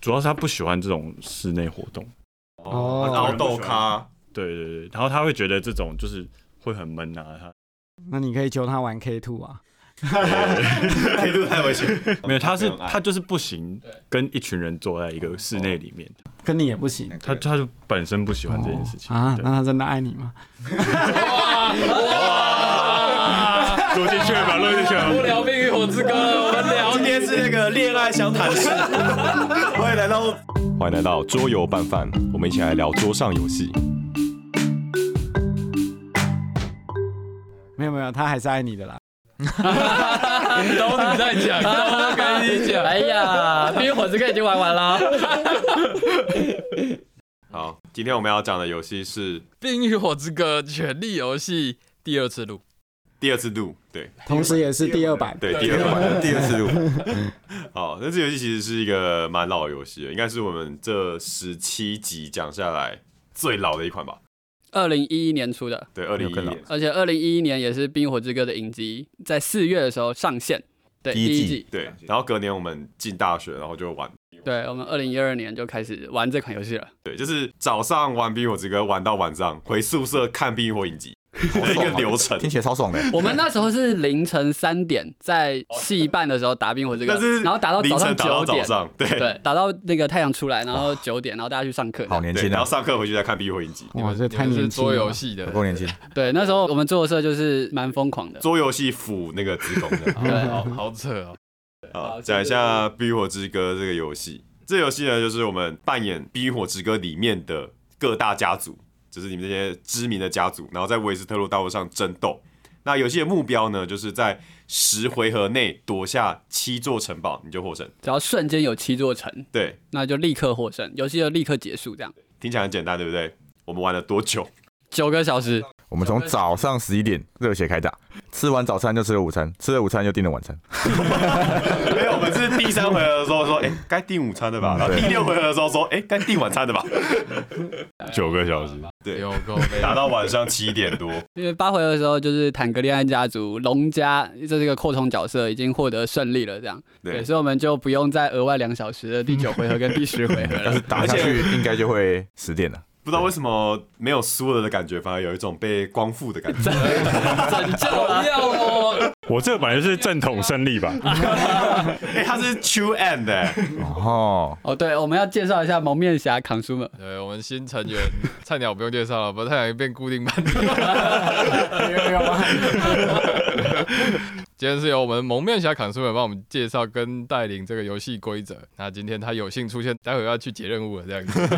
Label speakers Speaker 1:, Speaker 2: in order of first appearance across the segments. Speaker 1: 主要是他不喜欢这种室内活动。
Speaker 2: 哦
Speaker 3: 然后豆咖，
Speaker 1: 对对对，然后他会觉得这种就是会很闷啊，他
Speaker 2: 那你可以教他玩 K two 啊。
Speaker 3: 态度太危险。
Speaker 1: 没有，他是
Speaker 3: 没有爱
Speaker 1: 他就是不行跟一群人坐在一个室内里面，
Speaker 2: 跟你也不行。
Speaker 1: 他他就本身不喜欢这件事情
Speaker 2: 啊，
Speaker 1: 对
Speaker 2: 那他真的爱你吗？
Speaker 1: 落进去了 吧，落进去
Speaker 4: 不
Speaker 1: 了。
Speaker 4: 聊《冰与火之歌》了，我们聊
Speaker 3: 今天是那个恋爱相谈室，欢迎来到
Speaker 5: 欢迎来到桌游拌饭，我们一起来聊桌上游戏。
Speaker 2: 没有没有，他还是爱你的啦。
Speaker 4: 都你在讲，都跟你讲。哎呀，《冰与火之歌》已经玩完了，
Speaker 5: 好，今天我们要讲的游戏是
Speaker 6: 《冰与火之歌：权力游戏》第二次录，
Speaker 5: 第二次录，对
Speaker 2: 同时也是第二版。
Speaker 5: 对，第二版第二次录。好，那这游戏其实是一个蛮老的游戏了，应该是我们这十七集讲下来最老的一款吧？
Speaker 4: 二零一一年出的，
Speaker 5: 对，二零一一年。
Speaker 4: 而且二零一一年也是《冰与火之歌》的影集，在四月的时候上线。对，
Speaker 3: 第一
Speaker 4: 第一
Speaker 3: 季
Speaker 4: 季。
Speaker 5: 对，然后隔年我们进大学，然后就玩。
Speaker 4: 对，我们二零一二年就开始玩这款游戏了。
Speaker 5: 对，就是早上玩《冰与火之歌》，玩到晚上，回宿舍看《冰与火》影 集的一个流程。
Speaker 3: 听起来超爽的。
Speaker 4: 我们那时候是凌晨三点在戏办的时候打《冰与火之 歌
Speaker 5: 但哦是》，
Speaker 4: 然后打到
Speaker 5: 凌
Speaker 4: 早
Speaker 5: 晨
Speaker 4: 上
Speaker 5: 打到
Speaker 4: 九
Speaker 5: 早
Speaker 4: 点。
Speaker 5: 上，对
Speaker 4: 对，打到那个太阳出来，然后九点，然后大家去上课。
Speaker 3: 好年
Speaker 5: 对，
Speaker 3: 轻
Speaker 5: 然
Speaker 3: 啊
Speaker 5: 后，上课回去再看《冰与火》影集。
Speaker 2: 哇，这太
Speaker 6: 你们
Speaker 2: 年
Speaker 6: 是
Speaker 2: 轻
Speaker 6: 桌
Speaker 2: 了
Speaker 6: 游
Speaker 2: 吧。
Speaker 6: 系的
Speaker 3: 不，够年轻。
Speaker 4: 对，那时候我们做的社就是蛮疯狂的。
Speaker 5: 桌游戏辅那个职工 的。
Speaker 4: 对
Speaker 6: 好好扯哦。
Speaker 5: 好，讲一下《冰与火之歌》这个游戏。这游戏呢，就是我们扮演《冰与火之歌》里面的各大家族，就是你们这些知名的家族，然后在维斯特洛大陆上争斗。那游戏的目标呢，就是在十回合内夺下七座城堡，你就获胜。
Speaker 4: 只要瞬间有七座城，
Speaker 5: 对，
Speaker 4: 那就立刻获胜，游戏就立刻结束。这样
Speaker 5: 听起来很简单，对不对？我们玩了多久？
Speaker 4: 九个小时，
Speaker 3: 我们从早上十一点热血开打，吃完早餐就吃了午餐，吃了午餐就订了晚餐。
Speaker 5: 没有，我们是第三回合的时候说，哎、该订午餐的
Speaker 1: 嗯
Speaker 5: 吧。然后第六回合的时候说，哎、该订晚餐的吧。
Speaker 1: 九个小时，
Speaker 5: 对
Speaker 6: 有够累，
Speaker 5: 打到晚上七点多，
Speaker 4: 因为八回合的时候就是坦格利安家族龙家这是一个扩充角色已经获得胜利了，这样
Speaker 5: 对
Speaker 4: 所以我们就不用再额外两小时的第九回合跟第十回合
Speaker 3: 但
Speaker 4: 了。
Speaker 3: 是 打下去应该就会十点了。
Speaker 5: 不知道为什么没有输了的感觉，反而有一种被光复的感觉。
Speaker 4: 拯救了，
Speaker 6: 要我
Speaker 1: 我这本来就是正统胜利吧？
Speaker 5: 哎、他是 True End 哎、
Speaker 3: 哦，
Speaker 4: 哦，对，我们要介绍一下蒙面侠 consumer，
Speaker 6: 对我们新成员菜鸟不用介绍了，不然菜鸟已经变固定班底。今天是由我们蒙面侠砍树人帮我们介绍跟带领这个游戏规则。那今天他有幸出现，待会要去解任务了，这样子。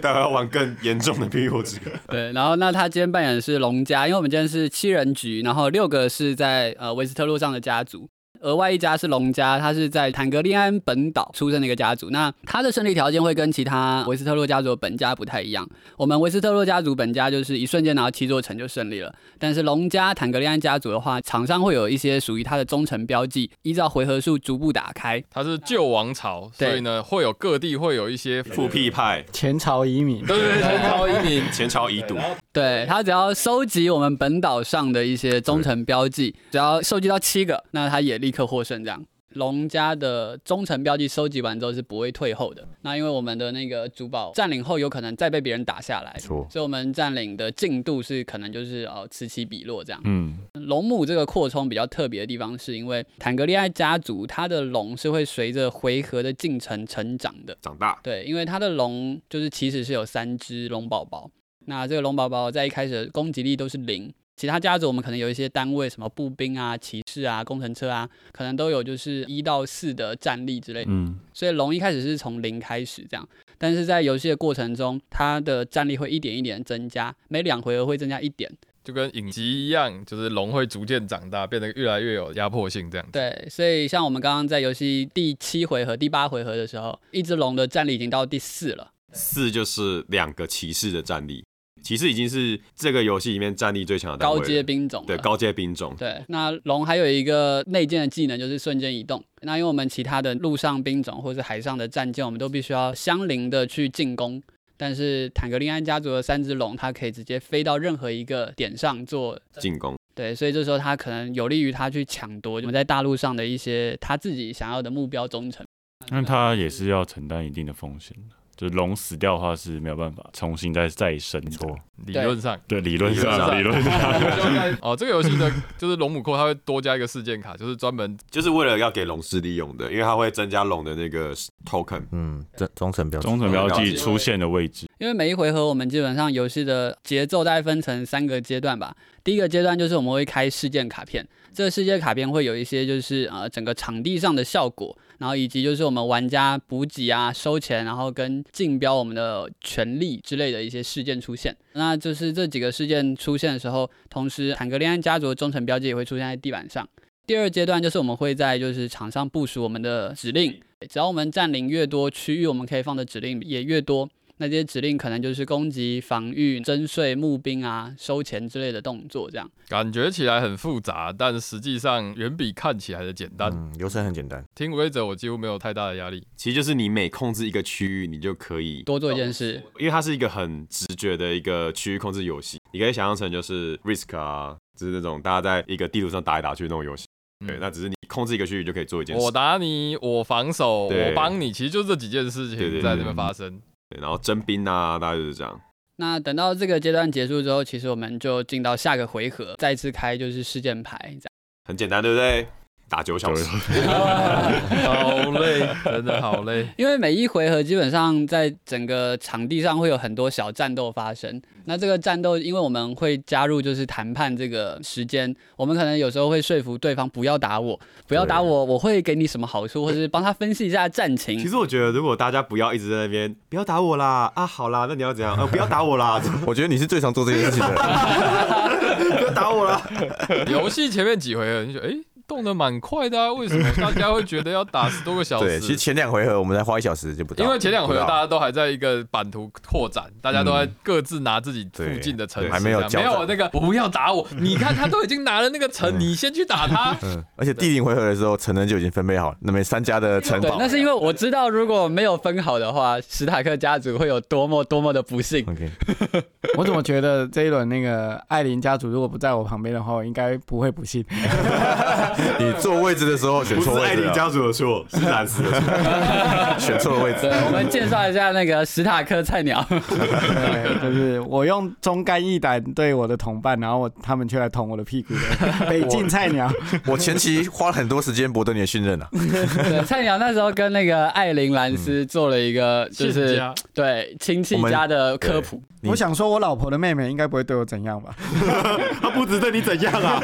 Speaker 5: 待会要玩更严重的《冰与火之歌》。
Speaker 4: 对，然后那他今天扮演的是龙家，因为我们今天是七人局，然后六个是在呃维斯特洛上的家族，额外一家是龙家，他是在坦格利安本岛出生的一个家族。那他的胜利条件会跟其他维斯特洛家族的本家不太一样。我们维斯特洛家族本家就是一瞬间拿到七座城就胜利了，但是龙家坦格利安家族的话，场上会有一些属于他的忠诚标记，依照回合数逐步打开。
Speaker 6: 他是旧王朝，
Speaker 4: 对
Speaker 6: 所以呢会有各地会有一些
Speaker 5: 复辟派、
Speaker 2: 前朝遗 民，
Speaker 6: 对对对，前朝移民。
Speaker 5: 前朝遗毒，
Speaker 4: 对他只要收集我们本岛上的一些忠诚标记，只要收集到七个，那他也立刻获胜。这样，龙家的忠诚标记收集完之后是不会退后的。那因为我们的那个主堡占领后，有可能再被别人打下来，
Speaker 3: 错
Speaker 4: 所以我们占领的进度是可能就是哦此起彼落这样。
Speaker 1: 嗯，
Speaker 4: 龙母这个扩充比较特别的地方，是因为坦格利埃家族它的龙是会随着回合的进程成长的。
Speaker 5: 长大
Speaker 4: 对，因为它的龙就是其实是有三只龙宝宝，那这个龙宝宝在一开始的攻击力都是零。其他家族我们可能有一些单位，什么步兵啊、骑士啊、工程车啊，可能都有就是一到四的战力之类的。
Speaker 1: 嗯，
Speaker 4: 所以龙一开始是从零开始这样，但是在游戏的过程中，它的战力会一点一点增加，每两回合会增加一点。
Speaker 6: 就跟影集一样，就是龙会逐渐长大，变得越来越有压迫性这样子。
Speaker 4: 对，所以像我们刚刚在游戏第七回合、第八回合的时候，一只龙的战力已经到第四了。
Speaker 5: 四就是两个骑士的战力，骑士已经是这个游戏里面战力最强的单位
Speaker 4: 高
Speaker 5: 了
Speaker 4: 阶兵种了
Speaker 5: 对高阶兵种，
Speaker 4: 对，那龙还有一个内建的技能就是瞬间移动。那因为我们其他的陆上兵种或是海上的战舰，我们都必须要相邻的去进攻。但是坦格利安家族的三只龙，它可以直接飞到任何一个点上做。
Speaker 5: 进攻
Speaker 4: 对，所以这时候它可能有利于它去抢夺我们在大陆上的一些它自己想要的目标忠诚。
Speaker 1: 那他也是要承担一定的风险的。就龙死掉的话是没有办法重新再再生的，
Speaker 6: 理论上。
Speaker 1: 对，理论
Speaker 5: 理论
Speaker 1: 上
Speaker 5: 上
Speaker 1: 理论上，
Speaker 6: 哦，这个游戏的就是龙母扣，它会多加一个事件卡，就是专门
Speaker 5: 就是为了要给龙势力用的，因为它会增加龙的那个 token。
Speaker 3: 嗯，忠忠诚标志，
Speaker 1: 忠诚标记出现的位置，
Speaker 4: 因为每一回合我们基本上游戏的节奏大概分成三个阶段吧。第一个阶段就是我们会开事件卡片，这个事件卡片会有一些就是呃整个场地上的效果，然后以及就是我们玩家补给啊、收钱，然后跟竞标我们的权利之类的一些事件出现。那就是这几个事件出现的时候，同时坦格利安家族的忠诚标记也会出现在地板上。第二阶段就是我们会在就是场上部署我们的指令，只要我们占领越多区域，我们可以放的指令也越多。那这些指令可能就是攻击、防御、征税、募兵啊、收钱之类的动作，这样。
Speaker 6: 感觉起来很复杂，但实际上远比看起来的简单。
Speaker 3: 嗯，流程很简单，
Speaker 6: 听规则我几乎没有太大的压力，
Speaker 5: 其实就是你每控制一个区域，你就可以，
Speaker 4: 多做一件事，
Speaker 5: 因为它哦是一个很直觉的一个区域控制游戏，你可以想象成就是 Risk 啊，就是那种大家在一个地图上打来打去的那种游戏。
Speaker 6: 嗯
Speaker 5: 对，那只是你控制一个区域就可以做一件
Speaker 6: 我
Speaker 5: 事，
Speaker 6: 打你，我防守，
Speaker 5: 对
Speaker 6: 我帮你，其实就这几件事
Speaker 5: 对对
Speaker 6: 情
Speaker 5: 对
Speaker 6: 在这边发生。
Speaker 5: 对然后征兵啊，大家就是这样。
Speaker 4: 那等到这个阶段结束之后，其实我们就进到下个回合，再次开就是事件牌，这
Speaker 5: 很简单，对不对？打九小时，
Speaker 4: 样。
Speaker 6: 好累，真的好累。
Speaker 4: 因为每一回合基本上在整个场地上会有很多小战斗发生。那这个战斗，因为我们会加入就是谈判这个时间，我们可能有时候会说服对方不要打我，不要打我，我会给你什么好处，或者是帮他分析一下战情。
Speaker 5: 其实我觉得，如果大家不要一直在那边，不要打我啦啊，好啦，那你要怎样？呃，不要打我啦，
Speaker 3: 我觉得你是最常做这件事情的，
Speaker 5: 不要打我啦。
Speaker 6: 游戏前面几回合你就觉得哎动得蛮快的啊，为什么大家会觉得要打十多个小
Speaker 3: 对，其实
Speaker 6: 时？
Speaker 3: 前两回合我们才花一小时就不到，
Speaker 6: 因为前两回合
Speaker 3: 不
Speaker 6: 大
Speaker 3: 到
Speaker 6: 家都还在一个版图扩展，大家都在各自拿自己附近的城市
Speaker 3: 对，还没有
Speaker 6: 这样没
Speaker 3: 交
Speaker 6: 有那个不要打我，你看他都已经拿了那个 城，你先去打他。
Speaker 3: 嗯，而且第零回合的时候，城人就已经分配好那边三家的城
Speaker 4: 对
Speaker 3: 堡，。
Speaker 4: 那是因为我知道，如果没有分好的话，史塔克家族会有多么多么的不幸。
Speaker 3: OK，
Speaker 2: 我怎么觉得这一轮那个艾琳家族如果不在我旁边的话，我应该不会不 信。
Speaker 3: 你坐位置的时候选
Speaker 5: 不是
Speaker 3: 错位
Speaker 5: 艾
Speaker 3: 置
Speaker 5: 琳
Speaker 3: 了，
Speaker 5: 家族的错，是蓝斯的错。
Speaker 3: 选错了位置
Speaker 4: 对，。我们介绍一下那个史塔克菜鸟，
Speaker 2: 对，就是我用忠肝义胆对我的同伴，然后我他们却来捅我的屁股 的北境菜鸟。
Speaker 3: 我前期花了很多时间博得你的信任啊，
Speaker 4: 对，菜鸟那时候跟那个艾琳兰斯做了一个，就
Speaker 6: 亲
Speaker 4: 是
Speaker 6: 家
Speaker 4: 对亲戚家的科普。
Speaker 3: 你
Speaker 2: 我想说，我老婆的妹妹应该不会对我怎 样吧？
Speaker 5: 他不止对你怎样 啊，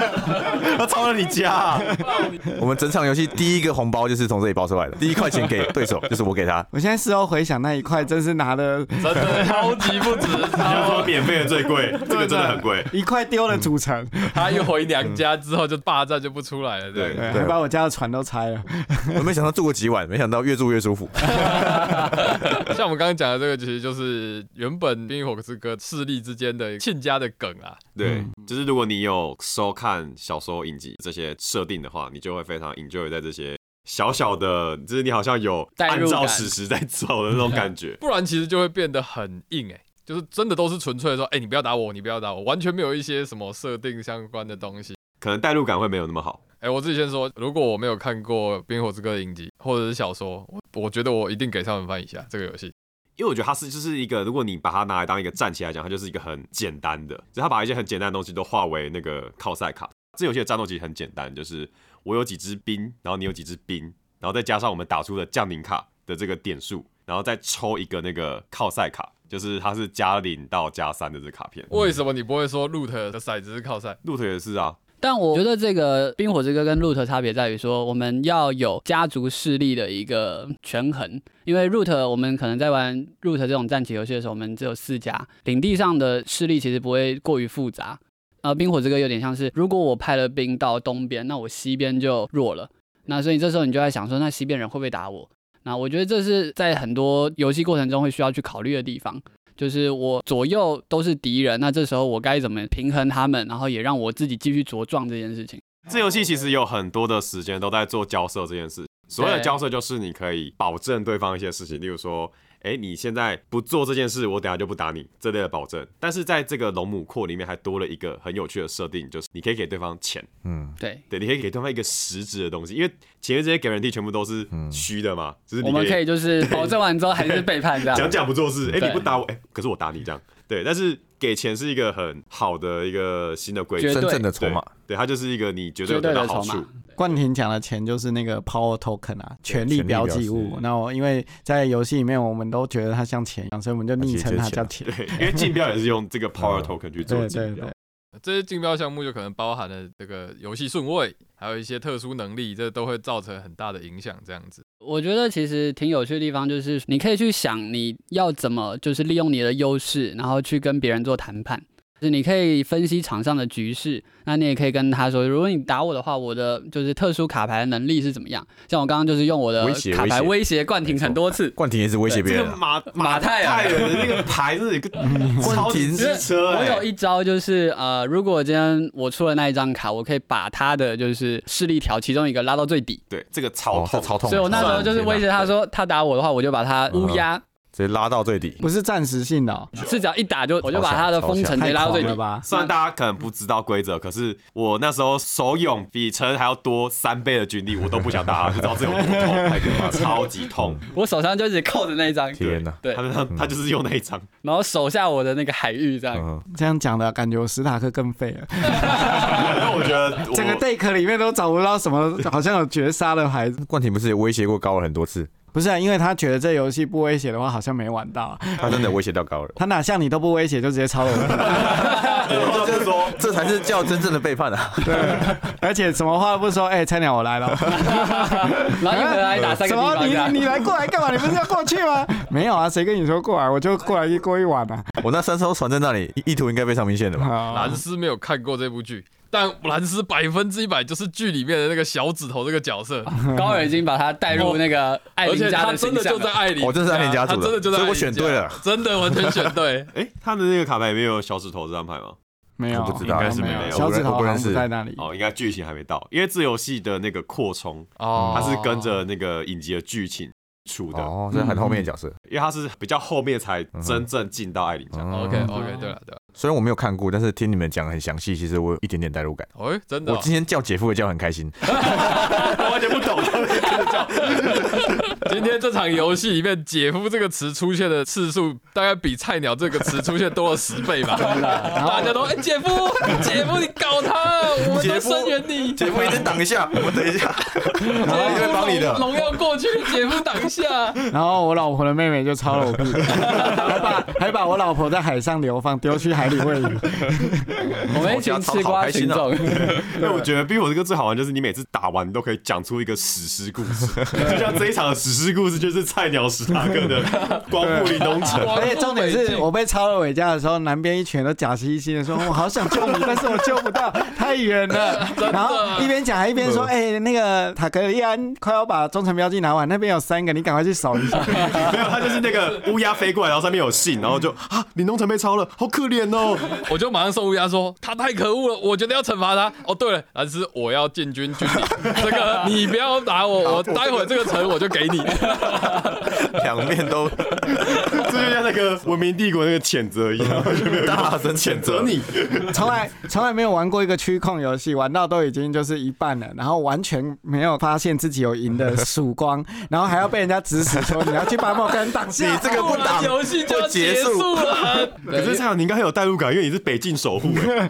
Speaker 5: 他抄了你家、啊。
Speaker 3: 我们整场游戏第一个红包就是从这里包出 来的，第一块钱给对手就是我给他，
Speaker 2: 我现在事后回想那一块，真是拿了
Speaker 6: 真的超级不值，
Speaker 5: 他
Speaker 6: 超
Speaker 5: 说免费的最贵，这个真的很贵。
Speaker 2: 一块丢了主城，
Speaker 6: 他一回娘家之后就霸占就不出来了，对。
Speaker 2: 对，
Speaker 3: 对
Speaker 2: 还把我家的船都拆了。
Speaker 3: 我没想到住过几晚，没想到越住越舒服。
Speaker 6: 像我们刚刚讲的这个，其实就是原本《冰与火之歌》势力之间的亲家的梗啊，
Speaker 5: 对，就是如果你有收看小说影集这些设定的话，你就会非常 enjoy 在这些小小的，就是你好像有
Speaker 4: 代
Speaker 5: 按
Speaker 4: 入感
Speaker 5: 照史实在走的那种感觉。
Speaker 6: 不然其实就会变得很硬哎、就是真的都是纯粹的说，哎、你不要打我，你不要打我，完全没有一些什么设定相关的东西。
Speaker 5: 可能代入感会没有那么好。
Speaker 6: 哎、我自己先说，如果我没有看过《冰与火之歌》的影集或者是小说，我我觉得我一定给上文翻一下这个游戏。
Speaker 5: 因为我觉得它是就是一个，如果你把它拿来当一个战棋来讲，它就是一个很简单的，就是它把一些很简单的东西都化为那个靠赛卡。这游戏的战斗其实很简单，就是我有几支兵，然后你有几支兵，然后再加上我们打出的降临卡的这个点数，然后再抽一个那个靠赛卡，就是它是加零到加三的这卡片。
Speaker 6: 为什么你不会说 Root 的骰子是靠赛？
Speaker 5: 路腿也是啊，
Speaker 4: 但我觉得这个《冰火之歌》跟 Root 差别在于说，我们要有家族势力的一个权衡，因为 Root 我们可能在玩 Root 这种战棋游戏的时候，我们只有四家，领地上的势力其实不会过于复杂。呃，《冰火之歌》有点像是，如果我派了兵到东边，那我西边就弱了，那所以这时候你就在想说，那西边人会不会打我？那我觉得这是在很多游戏过程中会需要去考虑的地方。就是我左右都是敌人，那这时候我该怎么平衡他们，然后也让我自己继续茁壮这件事情。
Speaker 5: 这游戏其实有很多的时间都在做交涉这件事。所谓的
Speaker 4: 对
Speaker 5: 交涉就是你可以保证对方一些事情，例如说，哎、哎，你现在不做这件事，我等下就不打你这类的保证。但是在这个龙母扩里面还多了一个很有趣的设定，就是你可以给对方钱，
Speaker 3: 嗯，
Speaker 4: 对，
Speaker 5: 对，你可以给对方一个实质的东西，因为前面这些 guarantee 全部都是虚的嘛，就是
Speaker 4: 我
Speaker 5: 你
Speaker 4: 们
Speaker 5: 可
Speaker 4: 可 以就是保证完之后还是背叛这样。
Speaker 5: 讲讲不做事，哎、
Speaker 4: 对
Speaker 5: 你不打我，哎、可是我打你这样，对。但是给钱是一个很好的一个新的规
Speaker 4: 绝
Speaker 5: 则，
Speaker 3: 真
Speaker 4: 对
Speaker 3: 正的筹码，
Speaker 5: 对，它就是一个你绝对
Speaker 4: 绝
Speaker 5: 有
Speaker 4: 对
Speaker 5: 得到
Speaker 4: 的筹
Speaker 5: 好
Speaker 4: 码
Speaker 5: 处，，
Speaker 2: 冠廷讲的钱就是那个 power token 啊，权
Speaker 3: 权
Speaker 2: 力
Speaker 3: 力
Speaker 2: 标
Speaker 3: 标
Speaker 2: 记
Speaker 3: 记
Speaker 2: 物。那我因为在游戏里面，我们都觉得它像钱一样，所以我们就昵称它叫钱。
Speaker 5: 对， 因为竞标也是用这个 power
Speaker 3: 嗯
Speaker 5: token 去做
Speaker 2: 对
Speaker 5: 竞
Speaker 2: 对
Speaker 5: 标
Speaker 2: 对，，
Speaker 6: 这些竞标项目就可能包含了这个游戏顺位，还有一些特殊能力，这都会造成很大的影响。这样子，
Speaker 4: 我觉得其实挺有趣的地方就是，你可以去想你要怎么就是利用你的优势，然后去跟别人做谈判。就是你可以分析场上的局势，那你也可以跟他说，如果你打我的话，我的就是特殊卡牌的能力是怎么样？像我刚刚就是用我的
Speaker 3: 威胁
Speaker 4: 卡牌
Speaker 3: 威胁
Speaker 4: 威胁冠廷很多次，
Speaker 3: 冠廷也是威胁别
Speaker 5: 这
Speaker 3: 人
Speaker 5: 个
Speaker 3: 啊，
Speaker 5: 马
Speaker 4: 马泰尔
Speaker 5: 泰尔的那个牌子，一个超级
Speaker 3: 停
Speaker 5: 之车、
Speaker 4: 我
Speaker 5: 哎
Speaker 4: 有一招就是呃，如果今天我出了那一张卡，我可以把他的就是势力条其中一个拉到最底。
Speaker 5: 对这个超
Speaker 3: 哦，这
Speaker 5: 痛，
Speaker 3: 超痛的，
Speaker 4: 所以我那时候就是威胁他说，他打我的话，我就把他乌鸦，
Speaker 3: 直接拉到最底，
Speaker 2: 不是暂时性的哦，
Speaker 4: 是只要一打就我就把他的封城直
Speaker 2: 太
Speaker 4: 接拉到
Speaker 2: 狂
Speaker 4: 最
Speaker 2: 了
Speaker 4: 底。
Speaker 2: 吧？
Speaker 5: 虽然大家可能不知道规则，可是我那时候手勇比陈还要多三倍的军力，我都不想打他，就知道这有多痛，太可怕了，超级痛。
Speaker 4: 我手上就一直扣着那一张，
Speaker 3: 天哪，
Speaker 4: 对
Speaker 5: 他，他他就是用那一张，
Speaker 4: 然后手下我的那个海域这样，
Speaker 3: 嗯，
Speaker 2: 这样讲的感觉，我史塔克更废了。
Speaker 5: 那我觉得我
Speaker 2: 整个 deck 里面都找不到什么好像有绝杀的牌子。
Speaker 3: 冠廷不是也威胁过高尔很多次，
Speaker 2: 不是、啊，因为他觉得这游戏不威胁的话，好像没玩到啊、，
Speaker 3: 他真的威胁到高尔
Speaker 2: 他哪像你都不威胁，就直接抄了我。
Speaker 5: 我就是说，
Speaker 3: 这才是叫真正的背叛啊！
Speaker 2: 而且什么话都不说，哎、菜鸟我来了。
Speaker 4: 然后一回来打三个
Speaker 2: 什
Speaker 4: 地
Speaker 2: 么？
Speaker 4: 方这样
Speaker 2: 你。你来过来干嘛？你不是要过去吗？没有啊，谁跟你说过来？我就过来一过一晚啊。哦
Speaker 3: 我那三艘船在那里，意意图应该非常明显的吧？
Speaker 2: 好
Speaker 6: 兰斯没有看过这部剧，但兰斯百分之一百就是剧里面的那个小指头这个角色，
Speaker 4: 高尔已经把他带入那个啊艾
Speaker 6: 而
Speaker 4: 琳
Speaker 6: 且
Speaker 4: 家
Speaker 6: 他
Speaker 4: 的
Speaker 6: 真
Speaker 4: 形
Speaker 6: 的
Speaker 4: 象啊
Speaker 6: 就
Speaker 4: 了
Speaker 6: 在艾琳，
Speaker 3: 我真的哦是艾琳家族
Speaker 6: 他
Speaker 3: 的
Speaker 6: 真的就在，
Speaker 3: 所以我
Speaker 6: 艾琳
Speaker 3: 选
Speaker 6: 家
Speaker 3: 对了，
Speaker 6: 真的完全选 对。
Speaker 5: 哎，他的那个卡牌里面有小指头这张牌吗？
Speaker 2: 没有，
Speaker 3: 我不知道
Speaker 2: 应该
Speaker 5: 应该是
Speaker 2: 没
Speaker 5: 没有
Speaker 2: 小指头
Speaker 3: 我不
Speaker 2: 好
Speaker 3: 认
Speaker 2: 像
Speaker 3: 识
Speaker 2: 不在那里。
Speaker 5: 哦，应该剧情还没到，因为自由系的那个扩充，
Speaker 6: 哦
Speaker 3: 嗯
Speaker 5: 它是跟着那个影集的剧情出
Speaker 4: 嗯
Speaker 5: 的，
Speaker 3: 哦，这很后面的角色，
Speaker 5: 因为它是比较后面才真正进到艾琳家。
Speaker 3: 嗯
Speaker 6: OK OK，对了对了，
Speaker 3: 虽然我没有看过，但是听你们讲很详细，其实我有一点点代入感。
Speaker 6: 哦，真的
Speaker 3: 我
Speaker 6: 哦，
Speaker 3: 今天叫姐夫也叫很开心，
Speaker 5: 我完全不懂，
Speaker 6: 今天这场游戏里面“姐夫”这个词出现的次数，大概比“菜鸟”这个词出现多了十倍吧。大家都哎、姐夫，姐夫，你搞他，我们都
Speaker 3: 姐夫
Speaker 6: 声援你，
Speaker 3: 姐夫你先挡一下，我等一下，
Speaker 6: 姐
Speaker 3: 我一定
Speaker 6: 夫
Speaker 3: 会帮你
Speaker 6: 龙
Speaker 3: 的。
Speaker 6: 龙要过去，姐夫挡一下。
Speaker 2: 然后我老婆的妹妹就抄了我屁股，还把还把我老婆在海上流放，丢去海里喂鱼。
Speaker 4: 我们一群吃瓜群众，
Speaker 5: 因为我觉得《冰火之歌》最好玩就是你每次打完你都可以讲出一个史诗故 事，就像这一场的史诗故事就是菜鸟史塔克的 《光复林东城》。
Speaker 2: 而且重点是我被抄了尾家的时候，南边一群人都假惺惺的说：“我好想救你， 但是我救不到，太远了。”然后一边讲还一边说：“哎、那个塔格利安快要把忠诚标记拿完，那边有三个，你赶快去扫一下。
Speaker 5: 没有，他就是那个乌鸦飞过来，然后上面有信，然后就啊，林东城被抄了，好可怜哦。
Speaker 6: 我就马上送乌鸦说，他太可恶了，我觉得要惩罚他。哦，对了，兰斯，我要进军军里，这个你不要打我，我待会这个城我就给你。
Speaker 3: 两面 都
Speaker 5: 这就像那个文明帝国那个谴责一样，完全没有用
Speaker 3: 嗯大声谴责
Speaker 5: 责你。
Speaker 2: 从来从来没有玩过一个区控游戏，玩到都已经就是一半了，然后完全没有发现自己有赢的曙光，然后还要被人家指使说你要去把某个人挡下。
Speaker 3: 你这个不
Speaker 6: 然
Speaker 3: 挡
Speaker 6: 游戏就要
Speaker 3: 会
Speaker 6: 结
Speaker 3: 结束
Speaker 6: 束了。
Speaker 5: 可是蔡阳，你应该很有代入感，因为你是北境守护哎。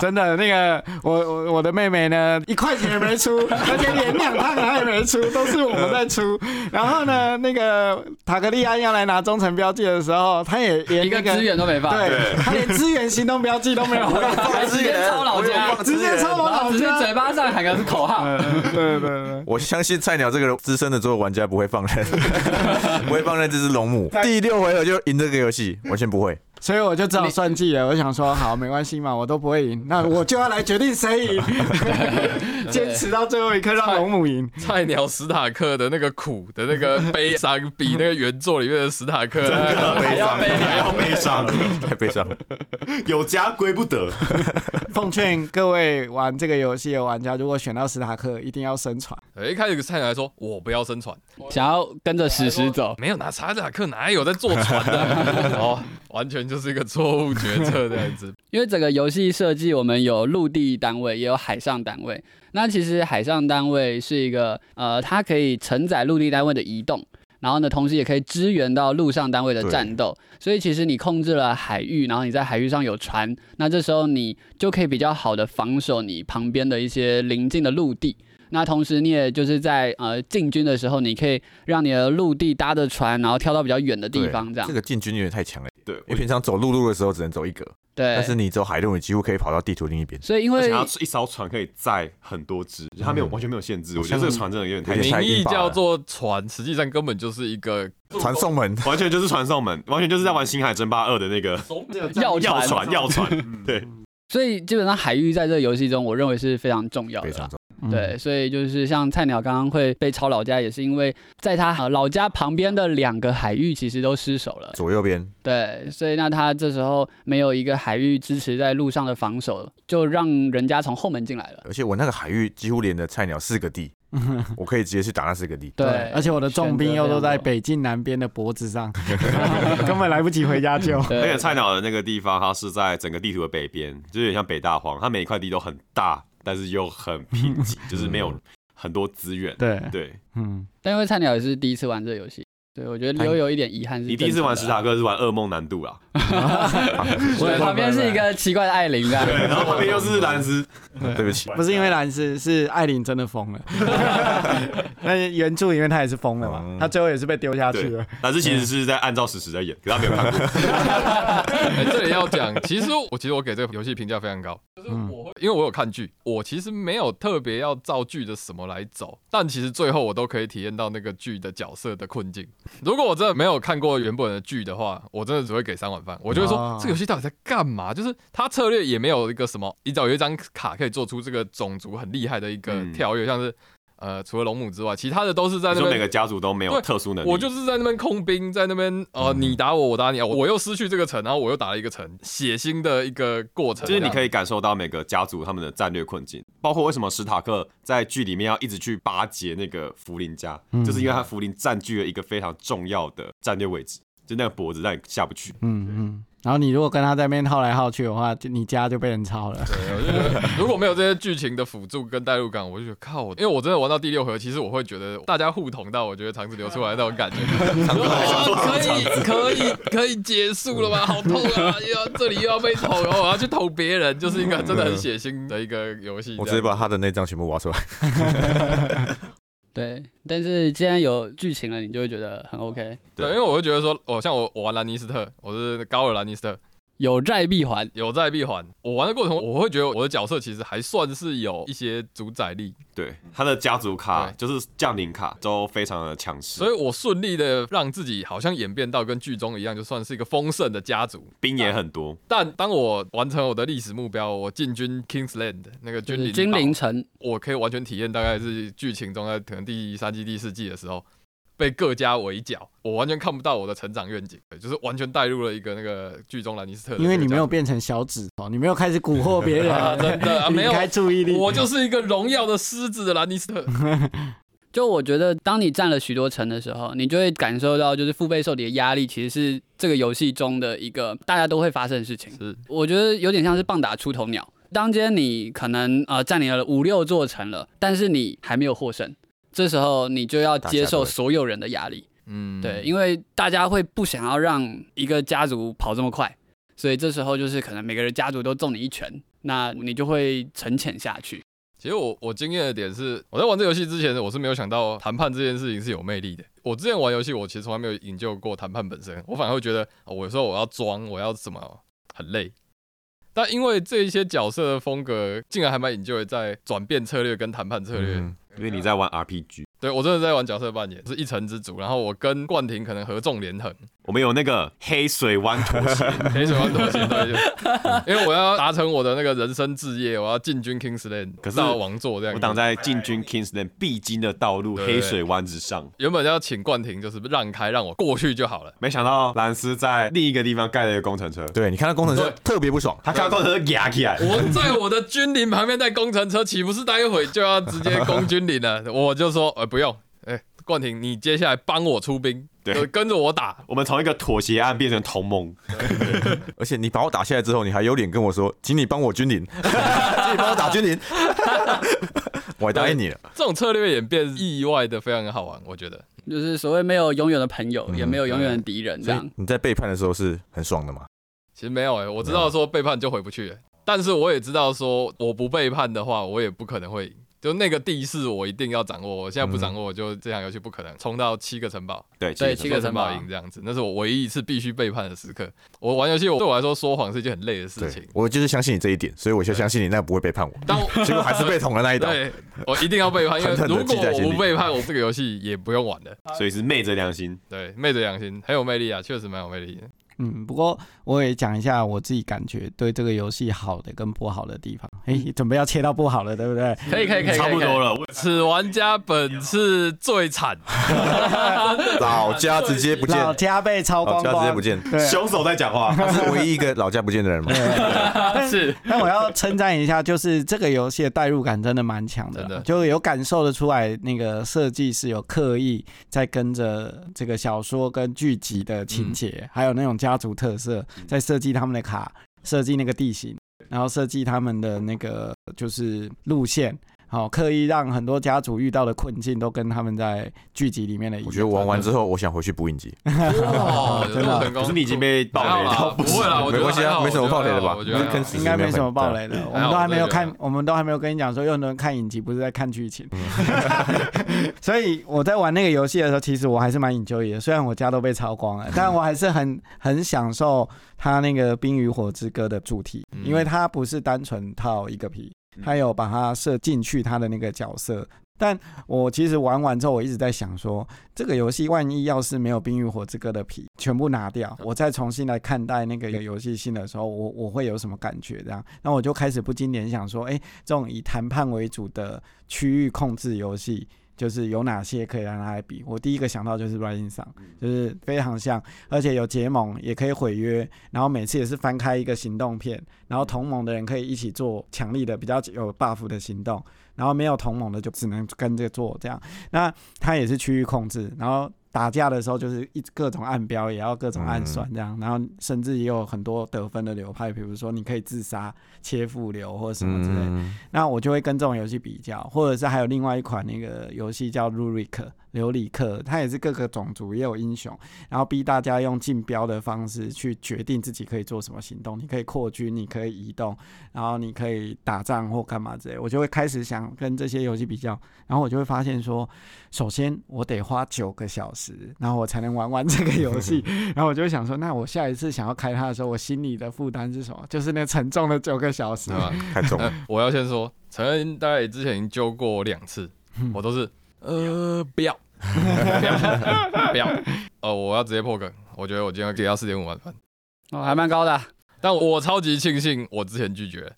Speaker 2: 真的，那个我我我的妹妹呢，一块钱也没出，而且连两趟她也没出，都是我们在出。然后呢，那个塔格利安要来拿忠诚标记的时候，他也连
Speaker 4: 一个
Speaker 2: 那
Speaker 4: 资源都没放，
Speaker 2: 对他连资源行动标记都没有，
Speaker 4: 还直接抄老家，
Speaker 2: 直接超
Speaker 4: 然
Speaker 2: 老
Speaker 4: 后
Speaker 2: 老
Speaker 4: 只是
Speaker 2: 家。
Speaker 4: 嘴巴上喊个口号，
Speaker 2: 对对对，
Speaker 3: 我相信菜鸟这个资深的桌游玩家不会放任，不会放任这只龙母。 第六回合就赢这个游戏，完全不会。
Speaker 2: 所以我就只好 算计了。我想说，好，没关系嘛，我都不会赢，那我就要来决定谁赢。 坚持到最后一刻让龙母赢。
Speaker 6: 菜鸟史塔克的那个苦的那个悲伤，比那个原作里面的史塔克
Speaker 5: 啊
Speaker 6: 还要悲
Speaker 5: 还
Speaker 6: 凉
Speaker 5: 要。悲伤，
Speaker 3: 太悲伤了。
Speaker 5: 有家归不得。
Speaker 2: 奉劝各位玩这个游戏的玩家，如果选到史塔克，一定要生存。
Speaker 6: 对哎一开始菜鸟还说：“我不要生船，
Speaker 4: 想要跟着史实走。
Speaker 6: 没有拿查塔克哪有在坐船的？”哦，完全就是一个错误决策这样子。
Speaker 4: 因为整个游戏设计，我们有陆地单位，也有海上单位。那其实海上单位是一个呃，它可以承载陆地单位的移动，然后呢，同时也可以支援到陆上单位的战斗。所以其实你控制了海域，然后你在海域上有船，那这时候你就可以比较好的防守你旁边的一些邻近的陆地。那同时，你也就是在呃进军的时候，你可以让你的陆地搭着船，然后跳到比较远的地方，这样
Speaker 3: 这。个进军有点太强了，
Speaker 5: 对，
Speaker 3: 因为平常走陆路的时候只能走一格，
Speaker 4: 对。
Speaker 3: 但是你走海路，你几乎可以跑到地图另一边。
Speaker 4: 所以因
Speaker 5: 而
Speaker 4: 为
Speaker 5: 且它一艘船可以载很多只，它没有完全没有限制。我觉得这个船真的有点太
Speaker 3: 有点
Speaker 6: 名
Speaker 3: 太
Speaker 6: 义
Speaker 3: 硬吧
Speaker 6: 叫做船，实际上根本就是一个
Speaker 3: 传送门，
Speaker 5: 完全就是传送门，完全就是在玩《星海争霸二》的那个
Speaker 4: 要
Speaker 5: 药
Speaker 4: 船
Speaker 5: 船，药船。对，
Speaker 4: 所以基本上海域在这个游戏中，我认为是非常重要的
Speaker 3: 非
Speaker 4: 啦。
Speaker 3: 常重。
Speaker 2: 嗯
Speaker 4: 对，所以就是像菜鸟刚刚会被抄老家，也是因为在他呃老家旁边的两个海域其实都失守了。
Speaker 3: 左右边
Speaker 4: 对，所以那他这时候没有一个海域支持在路上的防守，就让人家从后门进来了。
Speaker 3: 而且我那个海域几乎连着菜鸟四个 地，我可以直接去打那四个地。
Speaker 4: 对，
Speaker 2: 而且我的重兵又都在北境南边的脖子 上，根本来不及回家救。
Speaker 4: 对。
Speaker 5: 而且菜鸟的那个地方，它是在整个地图的北边，就有点像北大荒，它每一块地都很大，但是又很贫瘠，就是没有很多资源。
Speaker 2: 对，
Speaker 5: 对
Speaker 2: 嗯，
Speaker 4: 但因为菜鸟也是第一次玩这个游戏，对我觉得留有一点遗憾是。
Speaker 5: 你第一次玩 史塔，克是玩噩梦难度啦，
Speaker 4: 我的旁边是一个奇怪的艾琳这 样。
Speaker 5: 对，然后旁边又是蓝斯，
Speaker 3: 对不起，
Speaker 2: 不是因为兰斯，是艾琳真的疯 了。那原著里面他也是疯了嘛，他最后也是被丢下去了。
Speaker 5: 蓝斯其实是在按照史实在演，可是他没有看过。
Speaker 6: 哎，这里要讲，其实我其实我给这个游戏评价非常高，就是
Speaker 5: 嗯
Speaker 6: 我会因为我有看剧，我其实没有特别要照剧的什么来走，但其实最后我都可以体验到那个剧的角色的困境。如果我真的没有看过原本的剧的话，我真的只会给三碗饭。我就会说
Speaker 5: 啊
Speaker 2: 哦
Speaker 6: 这个游戏到底在干嘛？就是它策略也没有一个什么，你找有一张卡可以做出这个种族很厉害的一个
Speaker 5: 嗯
Speaker 6: 跳跃，像是呃除了龙母之外，其他的都是在
Speaker 5: 你
Speaker 6: 那
Speaker 5: 说每
Speaker 6: 边
Speaker 5: 个家族都没有
Speaker 6: 对
Speaker 5: 特殊能力，
Speaker 6: 我就是在那边控兵，在那边呃，你打我，我打你，哦我又失去这个城，然后我又打了一个城，血腥的一个过程。
Speaker 5: 就是你可
Speaker 6: 以，
Speaker 5: 以感受到每个家族他们的战略困境，包括为什么史塔克在剧里面要一直去巴结那个福林家，就是因为他福林占据了一个非常重要的战略位置，就那个脖子让你下不去。
Speaker 2: 嗯嗯。然后你如果跟他在那边耗来耗去的话，就你家就被人抄了。
Speaker 6: 对我就觉得 如果没有这些剧情的辅助跟代入感，我就觉得靠我，因为我真的玩到第六回，其实我会觉得大家互捅到，我觉得肠子流出来的那种感觉，哦可以可以可以结束了吗？好痛啊！又要这里又要被捅，然后我要去捅别人，就是一个真的很血腥的一个游戏。
Speaker 3: 我直
Speaker 6: 这
Speaker 3: 接
Speaker 6: 样
Speaker 3: 把他的那张全部挖出来。
Speaker 4: 对，但是既然有剧情了，你就会觉得很 OK，
Speaker 6: 对，因为我会觉得说，我像我我玩兰尼斯特，我是高尔兰尼斯特，
Speaker 4: 有债必还。
Speaker 6: 有债必还。我玩的过程，我会觉得我的角色其实还算是有一些主宰力，
Speaker 5: 对，他的家族卡就
Speaker 6: 对
Speaker 5: 是将领卡都非常的强势，
Speaker 6: 所以我顺利的让自己好像演变到跟剧中一样，就算是一个丰盛的家族。
Speaker 5: 兵也很多。
Speaker 6: 但当我完成我的历史目标，我进军 Kingsland 那个
Speaker 4: 就
Speaker 6: 君
Speaker 4: 是
Speaker 6: 临
Speaker 4: 精
Speaker 6: 堡
Speaker 4: 灵城，
Speaker 6: 我可以完全体验，大概是剧情中在可能第三季、第四季的时候，被各家围剿，我完全看不到我的成长愿景，对就是完全带入了一个那个剧中兰尼斯特的
Speaker 2: 因为你没有
Speaker 6: 这个
Speaker 2: 变成小指头，你没有开始蛊惑别人，
Speaker 6: 啊真的啊没有
Speaker 2: 引开注意
Speaker 6: 家
Speaker 2: 力
Speaker 6: 族。 我就是一个荣耀的狮子的兰尼斯特，
Speaker 4: 就我觉得，当你占了许多城的时候，你就会感受到，就是腹背受敌的压力，其实是这个游戏中的一个大家都会发生的事情。
Speaker 6: 是
Speaker 4: 我觉得有点像是棒打出头鸟。当今天你可能呃占领了五六座城了，但是你还没有获胜，这时候你就要接受所有人的压力。
Speaker 6: 嗯，
Speaker 4: 对，因为大家会不想要让一个家族跑这么快，所以这时候就是可能每个人家族都中你一拳，那你就会沉潜下去。
Speaker 6: 其实我我惊艳的点是，我在玩这游戏之前，我是没有想到谈判这件事情是有魅力的。我之前玩游戏，我其实从来没有研究过谈判本身，我反而会觉得，哦、我有时候我要装，我要怎么很累。但因为这一些角色的风格，竟然还蛮 enjoy 在转变策略跟谈判策略。
Speaker 3: 嗯，
Speaker 5: 因为你在玩 RPG，
Speaker 6: 对我真的在玩角色扮演，是一城之主。然后我跟冠廷可能合纵连横，
Speaker 5: 我们有那个黑水湾妥协，
Speaker 6: 黑水湾妥协 对，就嗯因为我要达成我的那个人生志业，我要进军 Kings Land，
Speaker 5: 可是
Speaker 6: 到王座这样。
Speaker 5: 我挡在进军 Kingsland 必经的道路
Speaker 6: 对
Speaker 5: 黑水湾之上。
Speaker 6: 原本要请冠廷，就是让开让我过去就好了。
Speaker 5: 没想到兰斯在另一个地方盖了一个工程车，
Speaker 3: 对你看到工程师特别不爽，
Speaker 5: 他看到工程车压起来，
Speaker 6: 我在我的军林旁边带工程车，岂不是待会就要直接攻军林了？ 我就说，呃，不用，哎、冠廷，你接下来帮我出兵，
Speaker 5: 对
Speaker 6: 就跟着我打。
Speaker 5: 我们从一个妥协案变成同盟，
Speaker 3: 而且你把我打下来之后，你还有脸跟我说，请你帮我军 临，请你帮我打军 临，我还答应你了。
Speaker 6: 这种策略演变意外的非常好玩，我觉得。
Speaker 4: 就是所谓没有永远的朋友，也没有永远的敌人，这
Speaker 3: 所
Speaker 4: 样
Speaker 3: 以你在背叛的时候是很爽的嘛？
Speaker 6: 其实没有哎、我知道说背叛就回不去了，但是我也知道说我不背叛的话，我也不可能会赢。就那个地势我一定要掌握，我现在不掌握，我就这场游戏不可能冲到七个城堡，
Speaker 5: 对，
Speaker 4: 对
Speaker 5: 其
Speaker 4: 七
Speaker 5: 实
Speaker 4: 个
Speaker 6: 城
Speaker 4: 城堡
Speaker 6: 赢这样子，那是我唯一一次必须背叛的时刻。我玩游戏，我对我来说说谎是一件很累的事情
Speaker 3: 对，，我就是相信你这一点，所以我就相信你那不会背叛我。
Speaker 6: 但我
Speaker 3: 结果还 是被捅了那一刀。
Speaker 6: 对我一定要 背叛，因为
Speaker 3: 狠狠地
Speaker 6: 如果
Speaker 3: 记在心里
Speaker 6: 我不背叛，我这个游戏也不用玩了。
Speaker 5: 所以是昧着良心。
Speaker 6: 对，昧着良心，很有魅力啊，确实蛮有魅力的。
Speaker 2: 嗯，不过我也讲一下我自己感觉对这个游戏好的跟不好的地方。哎、准备要切到不好了，对不对？
Speaker 4: 可以可以可以，可以
Speaker 5: 差不多。了，我
Speaker 6: 此玩家本次最惨，
Speaker 3: 老家直接不见，
Speaker 2: 老家被抄
Speaker 3: 老
Speaker 2: 光
Speaker 3: 家
Speaker 2: 光，
Speaker 3: 直接不见，
Speaker 2: 对，啊
Speaker 5: 凶手在讲话，
Speaker 3: 他是唯一一个老家不见的人嘛？
Speaker 4: 是
Speaker 2: 但我要称赞一下，就是这个游戏的代入感真的蛮强的啦，
Speaker 6: 真的
Speaker 2: 就有感受的出来，那个设计是有刻意在跟着这个小说跟剧集的情节，
Speaker 3: 嗯
Speaker 2: 还有那种家族特色，在设计他们的卡，设计那个地形，然后设计他们的那个就是路线。好，刻意让很多家族遇到的困境都跟他们在剧集里面的一样。
Speaker 3: 我觉得玩完之后，哦我想回去补影集。
Speaker 4: 哦
Speaker 6: 哇，
Speaker 2: 真的
Speaker 4: 啊
Speaker 6: 哦成功。
Speaker 5: 可是你已经被爆雷
Speaker 6: 还
Speaker 5: 到
Speaker 6: 好啦
Speaker 5: 不
Speaker 6: 不
Speaker 5: 行
Speaker 6: 会啦，我觉得
Speaker 3: 没关系啊
Speaker 6: 还好
Speaker 3: 没什么爆雷的吧
Speaker 6: 我觉得还
Speaker 3: 不
Speaker 6: 好
Speaker 3: 是跟死
Speaker 2: 应该没什么暴雷的，哎我们都还没有
Speaker 6: 还
Speaker 2: 看
Speaker 6: 好，
Speaker 2: 我们都还没有跟你讲说，有很多人看影集不是在看剧情， 所以我在玩那个游戏的时候，其实我还是蛮 enjoy 的，虽然我家都被抄光了，但我还是很很享受它那个《冰与火之歌》的主题，
Speaker 6: 嗯
Speaker 2: 因为它不是单纯套一个皮，它有把它设进去它的那个角色。但我其实玩完之后，我一直在想说，这个游戏万一要是没有《冰与火之歌》的皮全部拿掉，我再重新来看待那个游戏性的时候，我我会有什么感觉？这样，那我就开始不禁联想说，哎，这种以谈判为主的区域控制游戏。就是有哪些可以让它来比？我第一个想到就是 Rising Sun，就是非常像，而且有结盟，也可以毁约，然后每次也是翻开一个行动片，然后同盟的人可以一起做强力的、比较有 buff 的行动，然后没有同盟的就只能跟着做这样。那它也是区域控制，然后打架的时候就是一各种暗标，也要各种暗算这样，然后甚至也有很多得分的流派，比如说你可以自杀、切腹流或者什么之类的。
Speaker 3: 嗯，
Speaker 2: 那我就会跟这种游戏比较，或者是还有另外一款那个游戏叫 Rurik 琉璃克，它也是各个种族也有英雄，然后逼大家用竞标的方式去决定自己可以做什么行动，你可以扩军，你可以移动，然后你可以打仗或干嘛之类，我就会开始想跟这些游戏比较，然后我就会发现说，首先我得花九个小时，然后我才能玩完这个游戏，然后我就会想说，那我下一次想要开它的时候，我心里的负担是什么？就是那沉重的九个小时
Speaker 6: 对。啊吧？
Speaker 3: 太重了。
Speaker 6: 呃我要先说，陈恩大概之前已经揪过我两次，
Speaker 4: 嗯
Speaker 6: 我都是呃不要，不要， 不要，呃我要直接破梗，我觉得我今天给到四点五万分，
Speaker 4: 哦，还蛮高的啊、
Speaker 6: 但我超级庆幸我之前拒绝，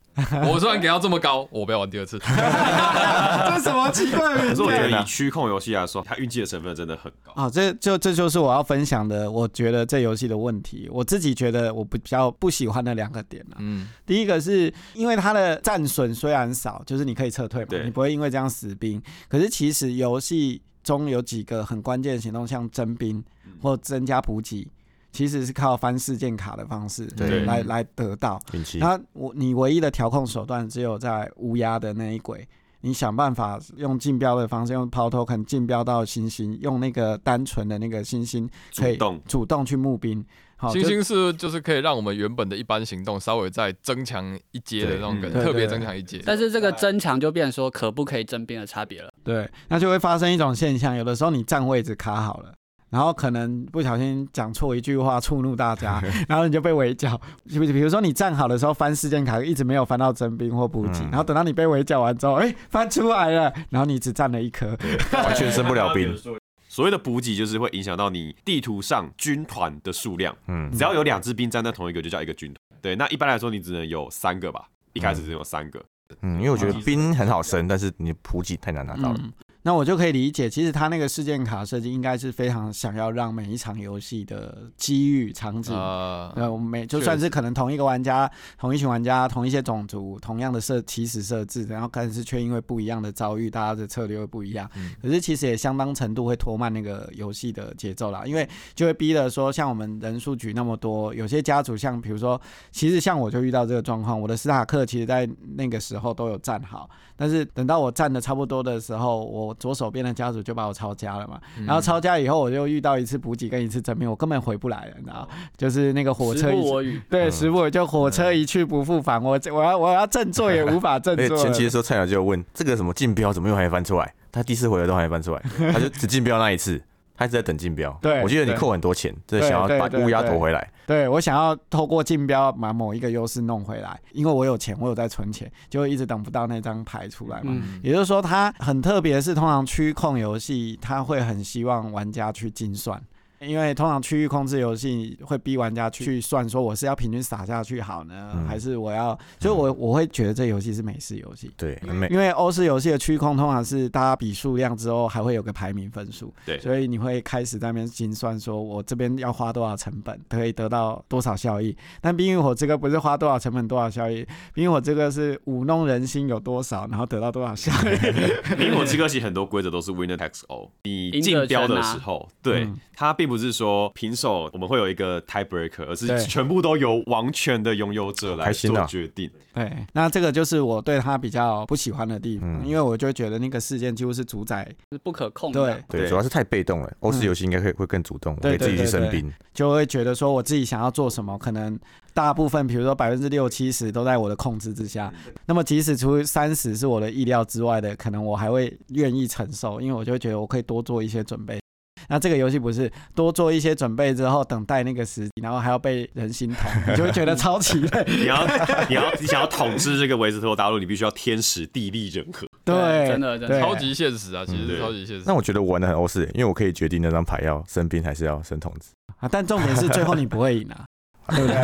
Speaker 6: 我虽然给到这么高，我不要玩第二 次，
Speaker 2: 这什么奇怪的
Speaker 5: 可
Speaker 2: 名啊
Speaker 5: 是
Speaker 2: 字
Speaker 5: 我觉得以区控游戏来说，它运气的成分真的很高。
Speaker 2: 啊？这就这就是我要分享的，我觉得这游戏的问题，我自己觉得我比较不喜欢的两个点啊。
Speaker 6: 嗯，
Speaker 2: 第一个是因为它的战损虽然少，就是你可以撤退嘛，
Speaker 5: 对
Speaker 2: 你不会因为这样死兵。可是其实游戏中有几个很关键的行动，像征兵
Speaker 5: 嗯
Speaker 2: 或增加补给，其实是靠翻事件卡的方式
Speaker 3: 对
Speaker 2: 来来得到。
Speaker 3: 运 气
Speaker 2: 然后我你唯一的调控手段只有在乌鸦的那一轨，你想办法用竞标的方式，用抛 token 竞标到星星，用那个单纯的那个星星可以
Speaker 5: 主动
Speaker 2: 主动去募兵。好，
Speaker 6: 星
Speaker 2: 就
Speaker 6: 星是就是可以让我们原本的一般行动稍微再增强一阶的那种梗，
Speaker 2: 对嗯
Speaker 6: 特
Speaker 2: 对
Speaker 6: 别
Speaker 2: 对
Speaker 6: 增强一阶，
Speaker 4: 但是这个争强就变成说可不可以征兵的差别了。
Speaker 2: 对，那就会发生一种现象，有的时候你站位置卡好了。然后可能不小心讲错一句话，触怒大家，然后你就被围剿。比比如说你站好的时候翻事件卡，一直没有翻到征兵或补给，
Speaker 3: 嗯
Speaker 2: 然后等到你被围剿完之后，哎，翻出来了，然后你只站了一颗，
Speaker 3: 完全升不了兵，
Speaker 5: 所谓的补给就是会影响到你地图上军团的数量，
Speaker 3: 嗯
Speaker 5: 只要有两支兵站在同一个就叫一个军团。对，那一般来说你只能有三个吧，一开始只有三个。
Speaker 3: 嗯，因为我觉得兵很好升，但是你补给太难拿到了。
Speaker 4: 嗯，
Speaker 2: 那我就可以理解，其实他那个事件卡设计应该是非常想要让每一场游戏的机遇场景
Speaker 6: 啊，
Speaker 2: 呃，我们每就
Speaker 6: 确
Speaker 2: 算
Speaker 6: 实
Speaker 2: 是可能同一个玩家、同一群玩家、同一些种族、同样的设起始设置，然后但是却因为不一样的遭遇，大家的策略会不一样。
Speaker 6: 嗯
Speaker 2: 可是其实也相当程度会拖慢那个游戏的节奏啦，因为就会逼得说，像我们人数局那么多，有些家族像比如说，其实像我就遇到这个状况，我的斯塔克其实在那个时候都有站好，但是等到我站的差不多的时候，我左手边的家族就把我抄家了嘛，
Speaker 6: 嗯
Speaker 2: 然后抄家以后，我就遇到一次补给跟一次整命，我根本回不来了，你知道吗，就是那个火
Speaker 4: 时
Speaker 2: 车一
Speaker 4: 不
Speaker 2: 直
Speaker 4: 我与，
Speaker 2: 对，
Speaker 3: 嗯
Speaker 2: 师傅就火车一去不复返，我这我要我要振作也无法振
Speaker 3: 而且
Speaker 2: 作了。
Speaker 3: 前期的时候，菜鸟就有问这个什么竞标怎么又还没翻出来？他第四回合都还没翻出来，他就只竞标那一次，他一直在等竞标。
Speaker 2: 对
Speaker 3: 我记得你
Speaker 2: 对
Speaker 3: 扣很多钱，就是
Speaker 2: 对
Speaker 3: 想要
Speaker 2: 对
Speaker 3: 把
Speaker 2: 对
Speaker 3: 乌鸦
Speaker 2: 对
Speaker 3: 夺回来。
Speaker 2: 对我想要透过竞标把某一个优势弄回来，因为我有钱，我有在存钱，就一直等不到那张牌出来嘛。
Speaker 4: 嗯，
Speaker 2: 也就是说，它很特别，是通常区域控游戏，它会很希望玩家去精算。因为通常区域控制游戏会逼玩家去算，说我是要平均撒下去好呢，
Speaker 3: 嗯
Speaker 2: 还是我要？所以我我会觉得这游戏是美式游戏，
Speaker 3: 对，很美。
Speaker 2: 因为欧式游戏的区控通常是大家比数量之后还会有个排名分数，
Speaker 5: 对
Speaker 2: 所以你会开始在那边精算，说我这边要花多少成本可以得到多少效益。但《冰与火之歌》不是花多少成本多少效益，《冰与火之歌》是舞弄人心有多少，然后得到多少效益。
Speaker 5: 苹果之歌其实很多规则都是 winner takes all，你
Speaker 4: 赢
Speaker 5: 竞
Speaker 4: 者
Speaker 5: 标
Speaker 4: 全
Speaker 5: 的
Speaker 4: 拿
Speaker 5: 时候，对
Speaker 2: 嗯
Speaker 5: 它并不是说平手我们会有一个 tie breaker，而是
Speaker 2: 对
Speaker 5: 全部都由王权的拥有者来
Speaker 3: 开心
Speaker 5: 做
Speaker 3: 啊
Speaker 5: 决定。
Speaker 2: 对，那这个就是我对他比较不喜欢的地方，
Speaker 3: 嗯
Speaker 2: 因为我就觉得那个事件几乎是主宰，
Speaker 4: 是不可控 的
Speaker 2: 对，，嗯
Speaker 3: 对，
Speaker 5: 对
Speaker 3: 主要是太被动了。欧式游戏应该会会更主动，我可以
Speaker 2: 对对
Speaker 3: 自己去
Speaker 2: 对
Speaker 3: 升
Speaker 2: 对
Speaker 3: 兵。
Speaker 2: 就会觉得说我自己想要做什么，可能大部分，比如说百分之六七十都在我的控制之下。那么即使除三十是我的意料之外的，可能我还会愿意承受，因为我就会觉得我可以多做一些准备。那这个游戏不是多做一些准备之后，等待那个时机，然后还要被人心疼，你就会觉得超级累。
Speaker 5: 你要 你要你想要统治这个维斯特洛大陆，你必须要天时地利人和。
Speaker 2: 对，
Speaker 4: 真的真的
Speaker 2: 对嗯
Speaker 6: 超级现实啊，其实
Speaker 5: 对
Speaker 6: 是超级现实。
Speaker 3: 那我觉得我玩的很欧式，因为我可以决定那张牌要升兵还是要升筒子。
Speaker 2: 啊！但重点是最后你不会赢啊，对不对？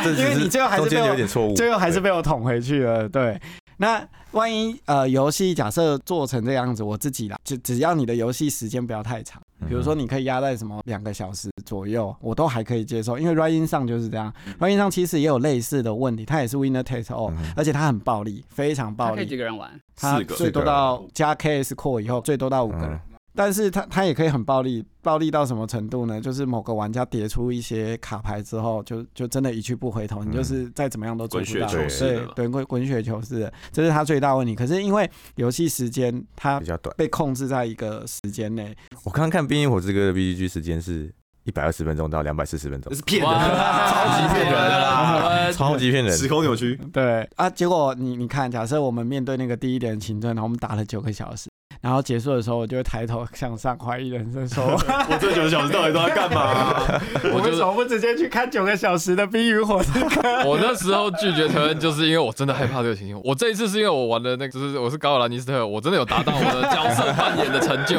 Speaker 2: 因为你最后还是
Speaker 3: 中
Speaker 2: 被
Speaker 3: 间
Speaker 2: 我
Speaker 3: 有点错误，
Speaker 2: 最后还是
Speaker 3: 对
Speaker 2: 被我捅回去了。对，那万一呃游戏假设做成这样子，我自己啦，就只要你的游戏时间不要太长，
Speaker 3: 嗯
Speaker 2: 比如说你可以压在什么两个小时左右，我都还可以接受，因为 r i n g 上就是这样 r i n g 上其实也有类似的问题，它也是 winner takes all，、
Speaker 3: 嗯哼
Speaker 2: 而且它很暴力，非常
Speaker 4: 他
Speaker 2: 暴
Speaker 4: 可以几
Speaker 2: 力，
Speaker 4: 个人玩，
Speaker 2: 它
Speaker 5: 四个
Speaker 2: 最多到加 KS core 以后最多到五个人。
Speaker 3: 嗯
Speaker 2: 但是它它也可以很暴力，暴力到什么程度呢？就是某个玩家叠出一些卡牌之后，就就真的一去不回头，你就是再怎么样都做不到。
Speaker 5: 滚雪
Speaker 3: 球式
Speaker 5: 的
Speaker 2: 对
Speaker 5: 了
Speaker 2: 对，滚滚雪球式的，这是它最大问题。可是因为游戏时间它
Speaker 5: 嗯
Speaker 3: 比较短。
Speaker 2: 被控制在一个时间内，
Speaker 3: 我刚刚看《冰与火之歌》的 BGG 时间是一百二十分钟到两百四十分钟
Speaker 5: 这，是骗人的
Speaker 6: 哇，
Speaker 5: 啦，超级骗人的啦，
Speaker 3: 超级骗人。
Speaker 5: 时空扭曲。
Speaker 2: 对啊，结果你你看，假设我们面对那个第一点行政，然后我们打了九个小时，然后结束的时候，我就会抬头向上怀疑人生，说
Speaker 5: 我这九个小时到底都在干嘛 啊？
Speaker 2: 我
Speaker 6: 我
Speaker 2: 为
Speaker 6: 就
Speaker 2: 什
Speaker 6: 是
Speaker 2: 么不直接去看九个小时的《冰与火之歌》？
Speaker 6: 我那时候拒绝承认，就是因为我真的害怕这个情形。我这一次是因为我玩的那个，就是我是高尔兰尼斯特，我真的有达到我的角色扮演的成 就，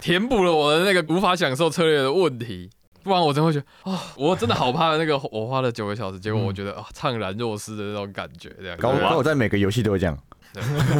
Speaker 6: 填补了我的那个无法享受策略的问题。不然我真会觉得啊、我真的好怕那个，我花了九个小时，结果我觉得
Speaker 4: 嗯
Speaker 6: 啊、怅然若失的那种感觉，这样。
Speaker 3: 高
Speaker 6: 对
Speaker 3: 高我在每个游戏都会 这样，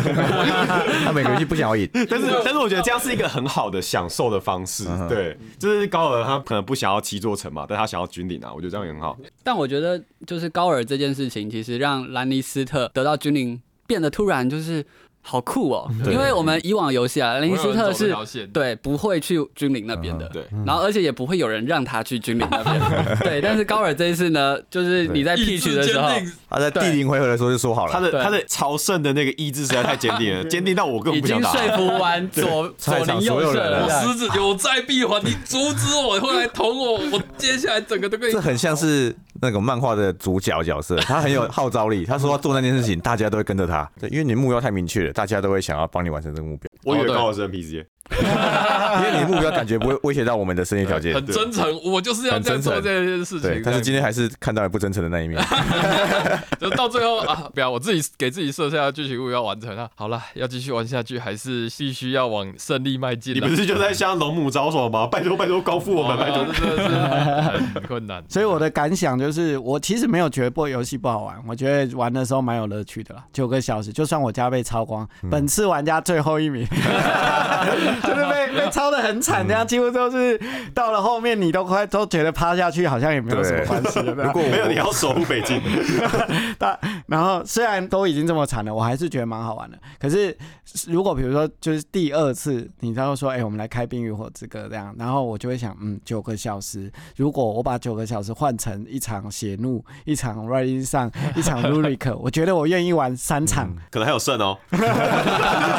Speaker 3: 他每个游戏不想要赢，
Speaker 5: 但是，但是我觉得这样是一个很好的享受的方式
Speaker 3: 嗯哼。
Speaker 5: 对，就是高尔他可能不想要七座城嘛，但他想要军领啊，我觉得这样也很好。
Speaker 4: 但我觉得就是高尔这件事情，其实让兰尼斯特得到军令变得突然就是好酷哦，
Speaker 3: 对
Speaker 4: 因为我们以往游戏啊，兰尼斯特
Speaker 6: 我有人走这
Speaker 4: 是
Speaker 6: 条线
Speaker 4: 对不会去军领那边的，
Speaker 5: 对，
Speaker 4: 然后而且也不会有人让他去军领那边，对。但是高尔这一次呢，就是你在 P
Speaker 6: 意
Speaker 4: 取
Speaker 6: 志
Speaker 4: 的时候，
Speaker 6: 坚定
Speaker 3: 他在第零回合的时候就说好
Speaker 5: 他的
Speaker 3: 了，
Speaker 4: 对
Speaker 5: 他的朝圣的那个意志实在太坚定了，坚定到我根本
Speaker 4: 已
Speaker 5: 不想
Speaker 4: 经
Speaker 5: 打。
Speaker 4: 说服完左左
Speaker 3: 菜场
Speaker 4: 邻
Speaker 3: 所有
Speaker 4: 右舍
Speaker 3: 人了
Speaker 4: 了
Speaker 6: 我。狮子有在必还，你阻止我，会来捅我，我接下来整个都跟你
Speaker 3: 这很像是那种漫画的主角角色，他很有号召力。他说要做那件事 情，大家都会跟着他，对，因为你的目标太明确了，大家都会想要帮你完成这个目标。
Speaker 5: 我以为
Speaker 6: 哦对
Speaker 5: 高尔是 NPC，
Speaker 3: 因为你的目标感觉不会威胁到我们的生意条件。
Speaker 6: 很真诚，我就是要这样做
Speaker 3: 很真诚
Speaker 6: 这件事
Speaker 3: 对
Speaker 6: 情。，
Speaker 3: 但是今天还是看到了不真诚的那一 面。
Speaker 6: 就到最后啊，不要我自己给自己设下的剧情目标完成了。啊好了，要继续玩下去，还是必须要往胜利迈进
Speaker 5: 你
Speaker 6: 了
Speaker 5: 不。是就在向龙母招手吗？拜托拜托，高付我们，拜托
Speaker 6: 哦，这真的是很困难。
Speaker 2: 所以我的感想就是，我其实没有觉得播游戏不好玩，我觉得玩的时候蛮有乐趣的啦。九个小时，就算我家被超光，
Speaker 3: 嗯
Speaker 2: 本次玩家最后一名， 就是被被超的很惨，这
Speaker 3: 嗯
Speaker 2: 样几乎都是到了后面你都快都觉得趴下去好像也没有什么关系了。对吧
Speaker 3: 如果我
Speaker 5: 没有你要守护北京，
Speaker 2: 但然后虽然都已经这么惨了，我还是觉得蛮好玩的。可是如果比如说就是第二次，你知道说，哎、我们来开《冰与火之歌》这样，然后我就会想，嗯，九个小时，如果我把九个小时换成一场血怒、一场 Rising Sun、一场 Rurik，我觉得我愿意玩三场。
Speaker 5: 可能还有剩哦，可能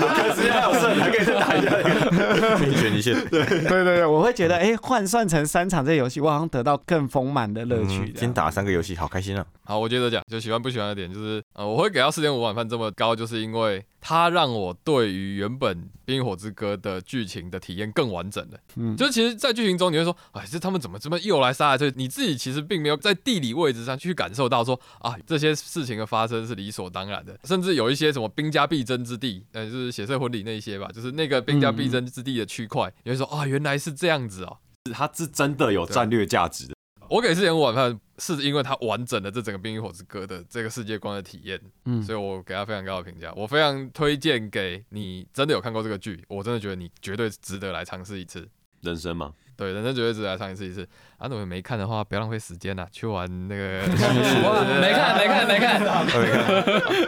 Speaker 5: 还有剩，还可以再打一下。
Speaker 3: 命悬一线，
Speaker 2: 对对对，我会觉得，哎、换算成三场这游戏，我好像得到更丰满的乐趣
Speaker 3: 嗯
Speaker 2: 这样、
Speaker 3: 今打三个游戏，好开 心啊！
Speaker 6: 好，我接着讲，就喜欢不喜欢的点就是，呃，我会给到四点五碗饭这么高，就是因为它让我对于原本《冰与火之歌》的剧情的体验更完整了。
Speaker 2: 嗯
Speaker 6: 嗯，就其实，在剧情中你会说，哎，这他们怎么这么又来杀来推？你自己其实并没有在地理位置上去感受到说，啊，这些事情的发生是理所当然
Speaker 2: 嗯
Speaker 6: 的。甚至有一些什么兵家必争之地，呃，就是血色婚礼那一些吧，就是那个兵家必争之地的区块，你会说，啊，原来是这样子哦。
Speaker 5: 它是真的有战略价值的，
Speaker 6: 我给四点五碗饭，是因为它完整的这整个《冰与火之歌》的这个世界观的体验，
Speaker 2: 嗯
Speaker 6: 所以我给它非常高的评价。我非常推荐给你，真的有看过这个剧，我真的觉得你绝对值得来尝试一次。
Speaker 5: 人生嘛，
Speaker 6: 对，人生绝对值得来尝试一次。啊，如果没看的话，不要浪费时间啦，啊去玩那个。没
Speaker 4: 没看，没看，没 看。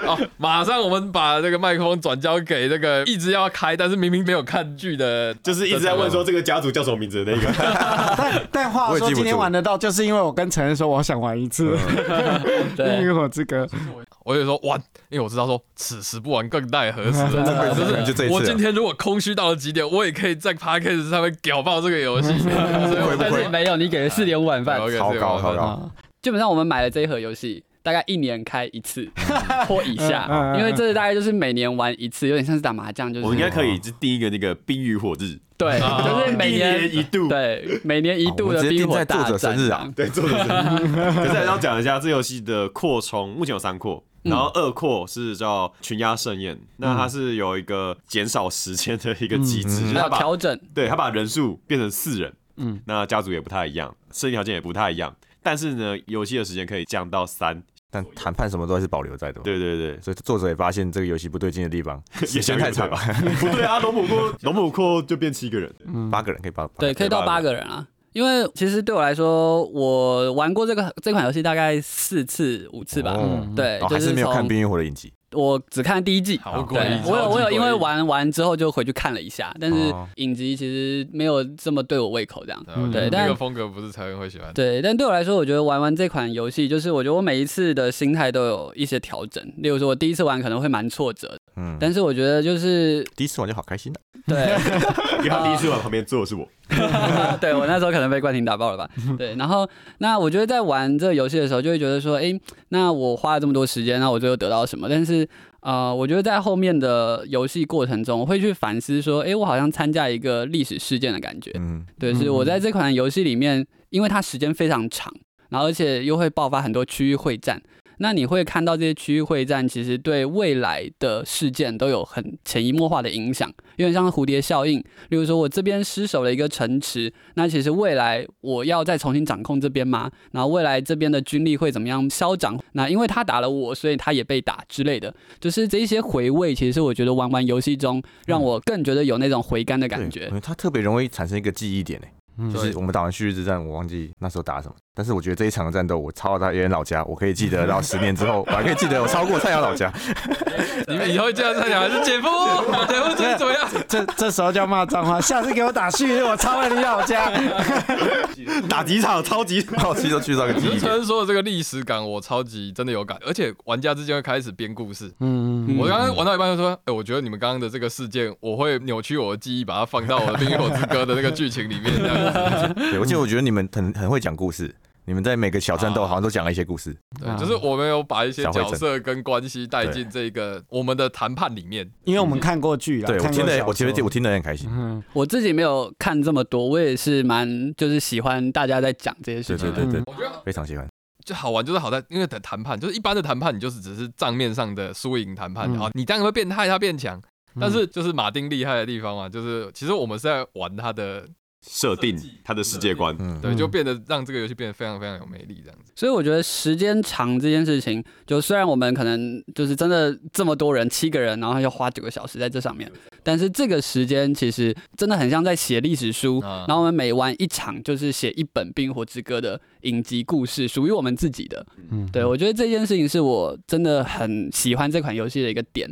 Speaker 6: 哦，马上我们把这个麦克风转交给那个一直要开，但是明明没有看剧的，
Speaker 5: 就是一直在问说这个家族叫什么名字的那个，
Speaker 2: 但但话
Speaker 3: 我也
Speaker 2: 说，
Speaker 3: 记不
Speaker 2: 今天
Speaker 3: 住嗯
Speaker 2: 玩得到，就是因为我跟陈恩说我想玩一次 《冰
Speaker 4: 对
Speaker 2: 与，火之歌》。
Speaker 6: 我就说玩，因为我知道说此时不玩更待何时啊，
Speaker 3: 的
Speaker 6: 就
Speaker 3: 就是就这一次啊
Speaker 6: 我今天如果空虚到了极点，我也可以在 p a c k a g e 上面屌爆这个 游戏，所以我
Speaker 3: 不
Speaker 4: 但
Speaker 3: 会
Speaker 4: 是没有，你给了四点五碗饭。
Speaker 6: OK，
Speaker 3: 超
Speaker 6: 这个
Speaker 3: 高
Speaker 6: 我
Speaker 3: 超高
Speaker 2: 啊，
Speaker 4: 基本上我们买了这一盒游戏，大概一年开一次或以
Speaker 2: 嗯嗯
Speaker 4: 下
Speaker 2: 嗯，
Speaker 4: 因为这大概就是每年玩一次，有点像是打麻将，就
Speaker 5: 我们应该
Speaker 4: 是
Speaker 5: 可以定一个那个冰与火日，
Speaker 4: 对，就是每
Speaker 5: 一
Speaker 4: 年
Speaker 5: 年一度
Speaker 4: 对每年一度
Speaker 3: 哦我
Speaker 4: 的
Speaker 3: 们直接
Speaker 4: 冰
Speaker 3: 定
Speaker 4: 火
Speaker 3: 在作
Speaker 4: 大
Speaker 3: 者
Speaker 4: 战
Speaker 3: 生日
Speaker 4: 这
Speaker 3: 啊
Speaker 4: 样。
Speaker 5: 对，做的是。 可是还是要讲一下这游戏的扩充，目前有三扩，然后二扩是叫群压盛宴，那它是有一个减少时间的一个机制，就是
Speaker 4: 还
Speaker 5: 它
Speaker 4: 有
Speaker 5: 把
Speaker 4: 调整，
Speaker 5: 对它把人数变成四人，
Speaker 2: 嗯
Speaker 5: 嗯，那家族也不太一样，设定条件也不太一样，但是呢，游戏的时间可以降到三，
Speaker 3: 但谈判什么都还是保留在的。，
Speaker 5: 对对对。
Speaker 3: 所以作者也发现这个游戏不对劲的地方，时
Speaker 5: 也
Speaker 3: 间太长了，
Speaker 5: 不 对啊！龙母扩，龙母扩就变七个人，
Speaker 3: 八个人可以八。
Speaker 4: 对，可以到八个人啊。因为其实对我来说，我玩过这个这款游戏大概四次五次吧。
Speaker 3: 哦
Speaker 4: 对，
Speaker 3: 哦
Speaker 4: 就
Speaker 3: 还是没有看《
Speaker 4: 从
Speaker 3: 冰与火》的影集。
Speaker 4: 我只看第一季。
Speaker 6: 好诡
Speaker 4: 对
Speaker 6: 异，
Speaker 4: 我有我有因为
Speaker 6: 玩
Speaker 4: 玩完之后就回去看了一下，但是
Speaker 3: 哦
Speaker 4: 影集其实没有这么对我胃口这样。
Speaker 2: 嗯
Speaker 4: 对
Speaker 6: 那
Speaker 4: 但
Speaker 6: 个风格不是才会喜欢。
Speaker 4: 对，但对我来说，我觉得玩完这款游戏，就是我觉得我每一次的心态都有一些调整。例如说，我第一次玩可能会蛮挫折的，
Speaker 3: 嗯，
Speaker 4: 但是我觉得就是
Speaker 3: 第一次玩就好开心的。啊
Speaker 4: 对，
Speaker 5: 因为他第一次玩旁边坐的是 我，
Speaker 4: 对我那时候可能被冠廷打爆了 吧？对，然后那我觉得在玩这个游戏的时候，就会觉得说，诶，那我花了这么多时间，那我最后得到什么？但是呃，我觉得在后面的游戏过程中，我会去反思说，诶，我好像参加一个历史事件的感觉。
Speaker 3: 嗯，
Speaker 4: 对，是我在这款游戏里面，因为它时间非常长，然后而且又会爆发很多区域会战。那你会看到这些区域会战，其实对未来的事件都有很潜移默化的影响，有点像蝴蝶效应。例如说，我这边失守了一个城池，那其实未来我要再重新掌控这边吗？然后未来这边的军力会怎么样消长？那因为他打了我，所以他也被打之类的，就是这一些回味，其实我觉得玩完游戏中，让我更觉得有那种回甘的感
Speaker 3: 嗯对
Speaker 4: 觉
Speaker 3: 因。为它特别容易产生一个记忆点诶。
Speaker 2: 嗯
Speaker 3: 就是我们打完旭日之战，我忘记那时候打什么，但是我觉得这一场的战斗，我超到他爷爷老家，我可以记得到十年之后， 我还可以记得我超过蔡阳老家。
Speaker 6: 你们以后这样再讲，还是姐夫，姐夫最怎 么样？
Speaker 2: 这这时候就要骂脏话，下次给我打旭日，我超了你老家。
Speaker 5: 打几场超级
Speaker 3: 好奇都去到一个记忆
Speaker 6: 陈
Speaker 3: 点，
Speaker 6: 恩说的这个历史感，我超级真的有感，而且玩家之间会开始编故事。
Speaker 2: 嗯，
Speaker 6: 我刚刚玩到一半就说，哎、我觉得你们刚刚的这个事件，我会扭曲我的记忆，把 它放到我的《冰与火之歌》的那个剧情里面，这样子。
Speaker 3: 对，而且我觉得你们很很会讲故事。你们在每个小战
Speaker 4: 啊
Speaker 3: 斗好像都讲了一些故事，
Speaker 6: 对，
Speaker 2: 啊
Speaker 6: 就是我们有把一些
Speaker 3: 小慧
Speaker 6: 角
Speaker 3: 珍
Speaker 6: 色跟关系带进这个我们的谈判里面。
Speaker 2: 因为我们看过剧了，
Speaker 3: 对我
Speaker 2: 看
Speaker 3: 听
Speaker 2: 过
Speaker 3: 得
Speaker 2: 小
Speaker 3: 我听得
Speaker 2: 说
Speaker 3: 我听得很开心。
Speaker 2: 嗯，
Speaker 4: 我自己没有看这么多，我也是蛮就是喜欢大家在讲这些事
Speaker 3: 对
Speaker 4: 情
Speaker 3: 对
Speaker 4: 的。
Speaker 3: 对对，
Speaker 6: 我觉得
Speaker 3: 非常喜欢。
Speaker 6: 就好玩，就是好在因为的谈判，就是一般的谈判，你就是只是账面上的输赢谈判
Speaker 2: 嗯
Speaker 6: 啊，你当然会变态，他变强。
Speaker 2: 嗯
Speaker 6: 但是就是马丁厉害的地方啊，就是其实我们是在玩他的，
Speaker 5: 设 定他的世界观，
Speaker 3: 嗯，
Speaker 6: 对，
Speaker 2: 嗯
Speaker 6: 就变得让这个游戏变得非常非常有魅力这样子。
Speaker 4: 所以我觉得时间长这件事情，就虽然我们可能就是真的这么多人，七个人，然后要花九个小时在这上面，但是这个时间其实真的很像在写历史书。
Speaker 6: 啊
Speaker 4: 嗯然后我们每玩一场就是写一本《冰与火之歌》的影集故事，属于我们自己的。
Speaker 2: 嗯
Speaker 4: 对，我觉得这件事情是我真的很喜欢这款游戏的一个点。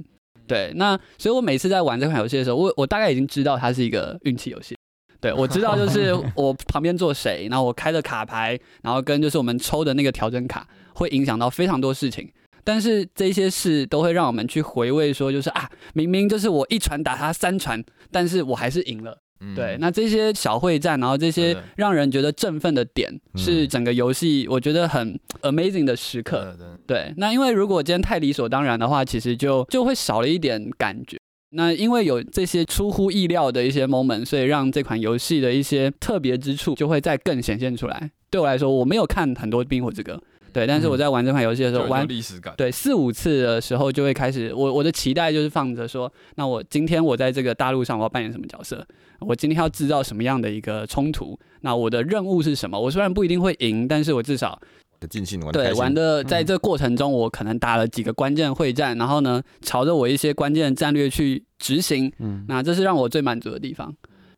Speaker 4: 对，那所以我每次在玩这款游戏的时候，我我大概已经知道它是一个运气游戏。对，我知道就是我旁边坐谁，然后我开的卡牌，然后跟就是我们抽的那个调整卡，会影响到非常多事情。但是这些事都会让我们去回味，说就是啊，明明就是我一传打他三传，但是我还是赢了。
Speaker 6: 嗯
Speaker 4: 对，那这些小会战，然后这
Speaker 6: 真
Speaker 4: 些
Speaker 6: 的
Speaker 4: 让人觉得振奋的点，
Speaker 3: 嗯
Speaker 4: 是整个游戏我觉得很 amazing 的时刻。
Speaker 6: 对对
Speaker 4: 对，那因为如果今天太理所当然的话，其实就就会少了一点感觉。那因为有这些出乎意料的一些 moment，所以让这款游戏的一些特别之处就会再更显现出来。对我来说，我没有看很多《冰火之歌》，对，但是我在玩这款游戏的时
Speaker 6: 嗯就
Speaker 4: 候，
Speaker 6: 有
Speaker 4: 玩
Speaker 6: 历史感。
Speaker 4: 对四五次的时候就会开始，我我的期待就是放着说，那我今天我在这个大陆上我要扮演什么角色，我今天要制造什么样的一个冲突，那我的任务是什么？我虽然不一定会赢，但是我至少
Speaker 3: 就尽兴玩得
Speaker 4: 对
Speaker 3: 开心
Speaker 4: 玩的在这过程中，我可能打了几个关键会战，然后呢，朝着我一些关键战略去执行，
Speaker 2: 嗯
Speaker 4: 那这是让我最满足的地方。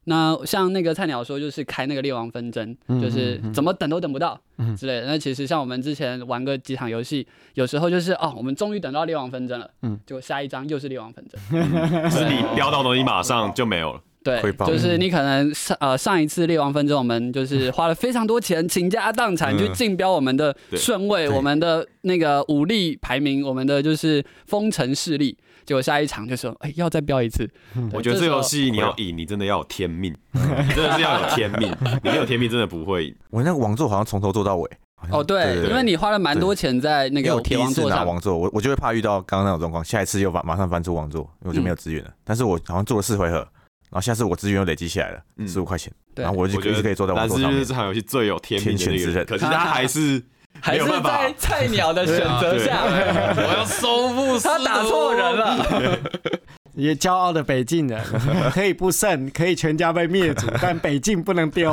Speaker 4: 那像那个菜鸟说，就是开那个列王纷争，
Speaker 2: 嗯
Speaker 4: 就是
Speaker 2: 嗯嗯
Speaker 4: 怎么等都等不到
Speaker 2: 嗯
Speaker 4: 之类的。那其实像我们之前玩个几场游戏，有时候就是哦，我们终于等到列王纷争了，
Speaker 2: 嗯
Speaker 4: 嗯，结果下一张又是列王纷争，
Speaker 5: 就是你飙到东西马上就没有了。
Speaker 4: 对
Speaker 3: 汇，报
Speaker 6: 嗯
Speaker 4: 就是你可能上呃上一次列王纷争，我们就是花了非常多钱倾家荡产
Speaker 3: 嗯
Speaker 4: 去竞标我们的
Speaker 5: 对
Speaker 4: 顺位、
Speaker 3: 对
Speaker 4: 我们的那个武力排名、我们的就是封城势力，结果下一场就说哎、要再标一次，对
Speaker 6: 嗯
Speaker 5: 我觉得这
Speaker 4: 时候
Speaker 5: 游戏你要
Speaker 3: 啊
Speaker 5: 赢，你真的要有天命，你真的是要有天命，你没有天命真的不会赢。
Speaker 3: 我那个王座好像从头做到尾。好像
Speaker 4: 哦对因为你花了蛮多钱在那
Speaker 3: 因为
Speaker 4: 个
Speaker 3: 我第
Speaker 4: 铁
Speaker 3: 一
Speaker 4: 王
Speaker 3: 次
Speaker 4: 座
Speaker 3: 拿
Speaker 4: 上，
Speaker 3: 王座，我我就会怕遇到刚刚那种状况，下一次又把马上翻出王座，因为我就没有
Speaker 2: 嗯
Speaker 3: 资源了。但是我好像做了四回合，然后下次我资源又累积起来了，
Speaker 5: 嗯
Speaker 3: 十五块钱，
Speaker 4: 对
Speaker 3: 然后我就
Speaker 5: 我觉
Speaker 3: 一直
Speaker 5: 得
Speaker 3: 可以坐在王
Speaker 5: 但
Speaker 3: 座
Speaker 5: 是
Speaker 3: 上
Speaker 5: 就是
Speaker 3: 面。
Speaker 5: 这场游戏最有天命的
Speaker 3: 天
Speaker 5: 那
Speaker 3: 选
Speaker 5: 个
Speaker 3: 之人
Speaker 5: 人，可是他还是
Speaker 4: 还
Speaker 5: 没有
Speaker 4: 是
Speaker 5: 办法
Speaker 4: 在菜鸟的选择
Speaker 5: 对
Speaker 4: 下，
Speaker 6: 我要收复
Speaker 4: 他打错人了。
Speaker 2: 也骄傲的北境人，可以不胜，可以全家被灭族，但北境不能丢。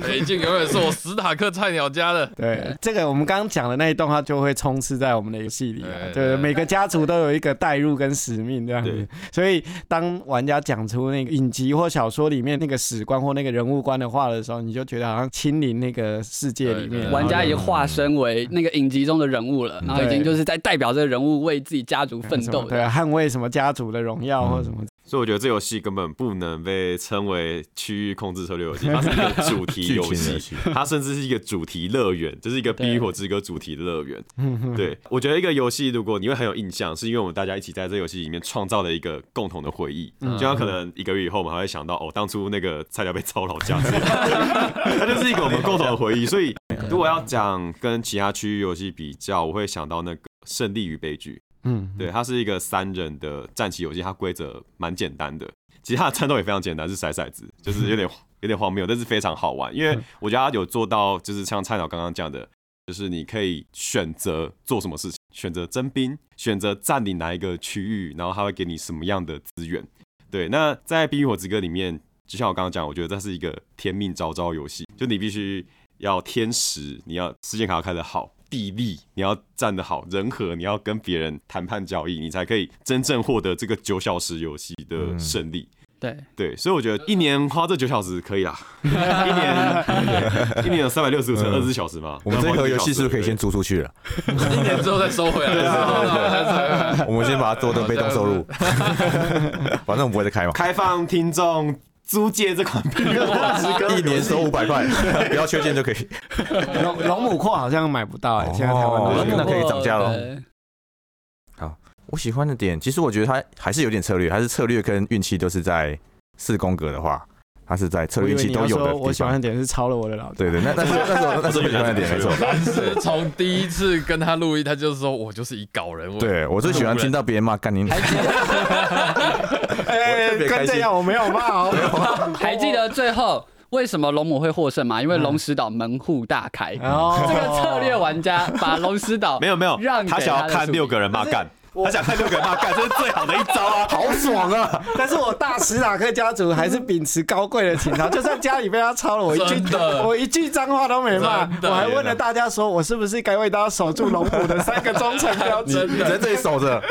Speaker 6: 北京永远是我史塔克菜鸟家的。
Speaker 2: 对，这个我们刚刚讲的那一段话就会充斥在我们的游戏里啊，
Speaker 6: 对
Speaker 2: 对，
Speaker 6: 对
Speaker 2: 每个家族都有一个代入跟使命这样子
Speaker 5: 对，
Speaker 2: 所以当玩家讲出那个影集或小说里面那个史观或那个人物观的话的时候，你就觉得好像亲临那个世界里
Speaker 6: 对
Speaker 2: 面
Speaker 6: 对，
Speaker 4: 玩家已经化身为那个影集中的人物
Speaker 3: 嗯
Speaker 4: 了，然后已经就是在代表这个人物为自己家族奋
Speaker 2: 什
Speaker 4: 斗
Speaker 2: 么对
Speaker 4: 的。
Speaker 2: 啊，捍卫什么家族的荣耀或什么，
Speaker 5: 所以我觉得这游戏根本不能被称为区域控制策略游戏，它是一个主题游
Speaker 3: 剧情
Speaker 5: 戏
Speaker 3: 游戏，
Speaker 5: 它甚至是一个主题乐园，这是一个《
Speaker 4: 对
Speaker 5: 冰与火之歌》主题乐园。
Speaker 2: 嗯
Speaker 5: 对，我觉得一个游戏如果你会很有印象，是因为我们大家一起在这游戏里面创造了一个共同的回忆。就像可能一个月以后，我们还会想到哦，当初那个菜鸟被操劳架之类的，它就是一个我们共同的回忆。所以如果要讲跟其他区域游戏比较，我会想到那个《胜利与悲剧》。
Speaker 2: 嗯，
Speaker 5: 对，它是一个三人的战棋游戏，它规则蛮简单的，其实它的战斗也非常简单，是骰骰子，就是有点有点荒谬，但是非常好玩，因为我觉得它有做到，就是像菜鸟刚刚讲的，就是你可以选择做什么事情，选择征兵，选择占领哪一个区域，然后它会给你什么样的资源。对，那在《冰与火之歌》里面，就像我刚刚讲，我觉得这是一个天命昭昭游戏，就你必须要天时，你要时间卡要开得好，地利你要站得好，人和你要跟别人谈判交易，你才可以真正获得这个九小时游戏
Speaker 3: 嗯
Speaker 5: 的胜利。
Speaker 4: 对，
Speaker 5: 对，所以我觉得一年花这九小时可以啦，一年对一年有三百六十五乘二十小时嘛。
Speaker 3: 嗯我们这一盒游戏是不是可以
Speaker 5: 对
Speaker 3: 先租出 去了？
Speaker 6: 一年之后再收回来，
Speaker 4: 啊
Speaker 6: 之后再收回来
Speaker 3: 我们先把它做成被动收 入，反正我们不会再开嘛。
Speaker 5: 开放听众租借这款《冰与火之歌》
Speaker 3: 一年收五百块，不要缺件就可以。
Speaker 2: 龙龙母阔好像买不到，哎现在台湾
Speaker 3: 哦
Speaker 2: 都
Speaker 3: 龙母那
Speaker 2: 是
Speaker 3: 可以涨价咯
Speaker 4: 对
Speaker 3: 我喜欢的点，其实我觉得它还是有点策略，还是策略跟运气都是在四宫格的话，它是在策
Speaker 2: 我以
Speaker 3: 略运
Speaker 2: 为
Speaker 3: 气
Speaker 2: 你
Speaker 3: 都
Speaker 2: 要
Speaker 3: 有的
Speaker 2: 说我
Speaker 3: 地
Speaker 2: 喜欢的
Speaker 3: 方。
Speaker 2: 点是抄了我的老
Speaker 3: 对对，那那是那是我那是我喜欢的点，没 错。
Speaker 6: 但是从第一次跟他录音，他就说我就是一搞人，我
Speaker 3: 对我最喜欢听到别人骂干你 娘，
Speaker 2: 哎
Speaker 3: 我 特别开
Speaker 2: 跟
Speaker 3: 心
Speaker 2: 这哎样我没有骂哦。
Speaker 4: 还记得最后为什么龙母会获胜吗？因为龙石岛门户大开，
Speaker 2: 哦
Speaker 4: 这个策略玩家把龙石 岛
Speaker 5: 没有没有
Speaker 4: 让，给
Speaker 5: 他想要
Speaker 4: 的
Speaker 5: 看
Speaker 4: 宿
Speaker 5: 六
Speaker 4: 敌
Speaker 5: 个人骂干，他想看六个人骂干，这是最 好的一招啊！
Speaker 3: 好爽啊！
Speaker 2: 但是我大史塔克家族还是秉持高贵的 情操，就算家里被他抄了，我一句
Speaker 6: 真 的
Speaker 2: 我一句脏话都没骂
Speaker 6: 真，的
Speaker 2: 我还问了大家说，我是不是该为大家守住龙虎的三个忠诚标
Speaker 3: 你
Speaker 2: 志？
Speaker 3: 你在这里 守着，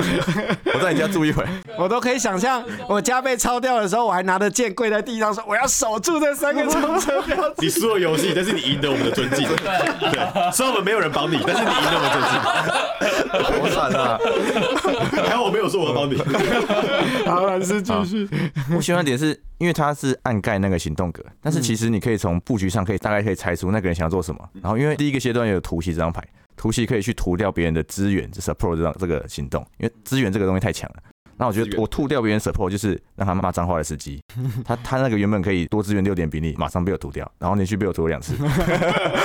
Speaker 3: 我在你家住一会。
Speaker 2: 我都可以想象，我家被抄掉的时候，我还拿着剑跪在地上说，我要守住这三个忠 诚标志。
Speaker 5: 你输了游戏，但是你赢得我们的尊敬。对，虽然我们没有人帮你， 但是你赢得我们的
Speaker 3: 好惨啊！
Speaker 5: 尊 敬。还好我没有说我要帮你。
Speaker 2: 好，老师继续。
Speaker 3: 我喜欢的点是因为它是暗盖那个行动格，但
Speaker 5: 嗯
Speaker 3: 是其实你可以从布局上可以大概可以猜出那个人想要做什么。然后因为第一个阶段有突袭这张牌，突袭可以去涂掉别人的资源，这 support 这张这个行动，因为资源这个东西太强了。那我觉
Speaker 5: 资
Speaker 3: 得
Speaker 5: 源
Speaker 3: 我吐掉别人 support 就是让他骂脏话的 时机，他他那个原本可以多资源六点比例，马上被我涂掉，然后连续被我涂了两次，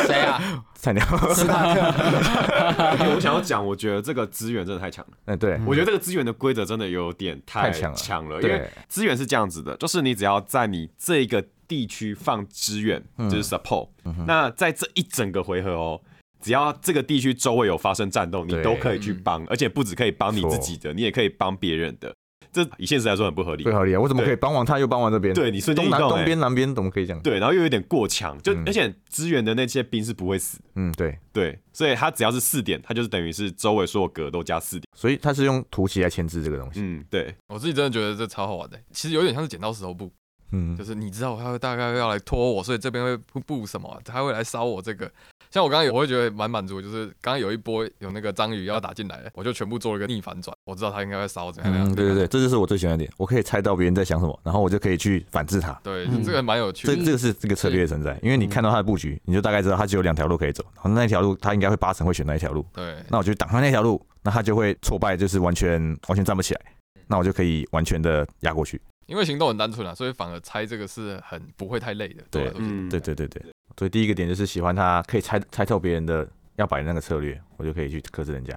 Speaker 4: 谁 啊？
Speaker 3: 菜鸟。
Speaker 5: 哎我想要讲，我觉得这个资源真的太强了。
Speaker 3: 嗯，对，
Speaker 5: 我觉得这个资源的规则真的有点太
Speaker 3: 太强了
Speaker 5: 强了，因
Speaker 3: 对
Speaker 5: 为资源是这样子的，就是你只要在你这个地区放支援，
Speaker 3: 嗯
Speaker 5: 就是 support，、那在这一整个回合哦。只要这个地区周围有发生战斗，你
Speaker 3: 对嗯
Speaker 5: 都可以去帮，而且不止可以帮你自己的，你也可以帮别人的。这以现实来说很不合理
Speaker 3: 最，合理啊！我怎么
Speaker 5: 对
Speaker 3: 可以帮完他又帮完这边？
Speaker 5: 对你瞬间
Speaker 3: 东哎南
Speaker 5: 移动
Speaker 3: 东
Speaker 5: 欸
Speaker 3: 边南边怎么可以这样？
Speaker 5: 对，然后又有点过强，就、
Speaker 3: 嗯
Speaker 5: 而且支援的那些兵是不会死的，
Speaker 3: 嗯，对，
Speaker 5: 对，所以他只要是四点，他就是等于是周围所有格都加四点，
Speaker 3: 所以他是用突袭来牵制这个东西。
Speaker 5: 嗯，对，
Speaker 6: 我自己真的觉得这超好玩的、其实有点像是剪刀石头布，
Speaker 3: 嗯
Speaker 6: 就，是你知道他会大概要来拖我，所以这边会布布什么，他会来烧我这个。像我刚刚有，我会觉得蛮满足，就是刚刚有一波有那个章鱼要打进来，我就全部做了个逆反转，我知道他应该会烧怎样怎样。
Speaker 3: 嗯，对对对，这就是我最喜欢的点，我可以猜到别人在想什么，然后我就可以去反制他。
Speaker 6: 对，
Speaker 2: 嗯
Speaker 6: 这个蛮有趣
Speaker 3: 这
Speaker 6: 的。
Speaker 3: 这个是嗯这个策略的存在，因为你看到他的布局，你就大概知道他只有两条路可以走，然后那一条路他应该会八成会选那一条路，
Speaker 6: 对，
Speaker 3: 那我就挡他那条路，那他就会挫败，就是完全完全站不起来，那我就可以完全的压过去。
Speaker 6: 因为行动很单纯啊，所以反而猜这个是很不会太累的。
Speaker 3: 对
Speaker 6: 对我来说，
Speaker 5: 嗯，
Speaker 3: 对对对对，所以第一个点就是喜欢他可以猜猜透别人的要摆的那个策略，我就可以去克制人家。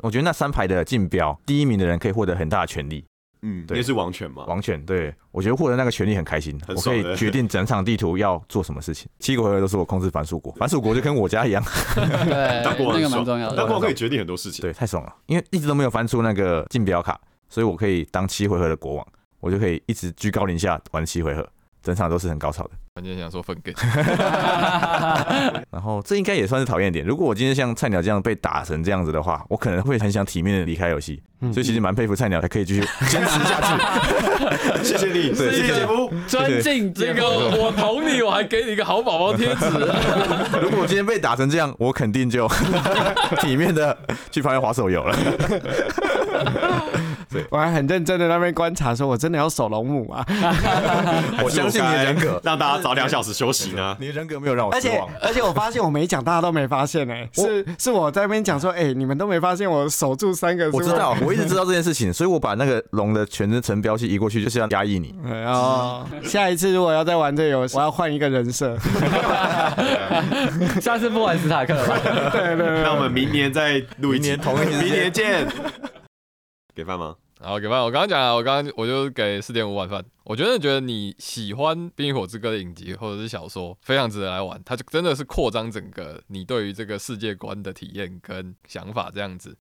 Speaker 3: 我觉得那三排的竞标，第一名的人可以获得很大的权利，
Speaker 5: 嗯，你
Speaker 3: 对
Speaker 5: 也是王权嘛，
Speaker 3: 王权，对我觉得获得那个权利很开心，
Speaker 5: 很
Speaker 3: 我可
Speaker 5: 爽
Speaker 3: 以
Speaker 5: 的
Speaker 3: 决定整场地图要做什么事情。七个回合都是我控制凡 属国，凡属国就跟我家一样，
Speaker 4: 对，
Speaker 5: 当国王
Speaker 4: 那个
Speaker 5: 很
Speaker 4: 蛮
Speaker 5: 爽
Speaker 4: 重要
Speaker 5: 当
Speaker 4: 的。
Speaker 5: 国王可以决定很多事情。
Speaker 3: 对，太爽了，因为一直都没有翻出那个竞标卡，所以我可以当七回合的国王，我就可以一直居高临下玩七回合，整场都是很高潮的。
Speaker 6: 关键想说分给，
Speaker 3: 然后这应该也算是讨厌点。如果我今天像菜鸟这样被打成这样子的话，我可能会很想体面的离开游戏，所以其实蛮佩服菜鸟还可以继续 坚持下去。
Speaker 5: 谢谢你，
Speaker 3: 对
Speaker 5: 谢谢姐夫。
Speaker 4: 尊敬这
Speaker 6: 这个
Speaker 4: 个，
Speaker 6: 我捅你，我还给你一个好宝宝贴 纸。
Speaker 3: 如果我今天被打成这样，我肯定就 体面的去旁边划手游了。
Speaker 2: 我还很认真的那边观察，说我真的要守龙母啊！
Speaker 3: 我相信你的人格，
Speaker 5: 让大家早两小时休息呢。
Speaker 3: 你的人格没有让我
Speaker 2: 而
Speaker 3: 失
Speaker 2: 且
Speaker 3: 望。
Speaker 2: 而且我发现我没讲，大家都没发现 哎、是是我在那边讲说，哎、你们都没发现我守住三个，
Speaker 3: 我知道，我一直知道这件事情，所以我把那个龙的全身层标记移过去，就是要压抑你。
Speaker 2: 哎 哦，下一次如果要再玩这游戏，我要换一个人 设。
Speaker 4: 下次不玩史塔克了吧。
Speaker 2: 对对对，
Speaker 5: 那我们明年再录一年
Speaker 3: 明年同一时间
Speaker 5: 明年见。给饭吗？
Speaker 6: 好，给饭。我刚刚讲了，我刚刚我就给四点五碗饭。我真的觉得你喜欢《冰与火之歌》的影集或者是小说，非常值得来玩。它就真的是扩张整个你对于这个世界观的体验跟想法这样子。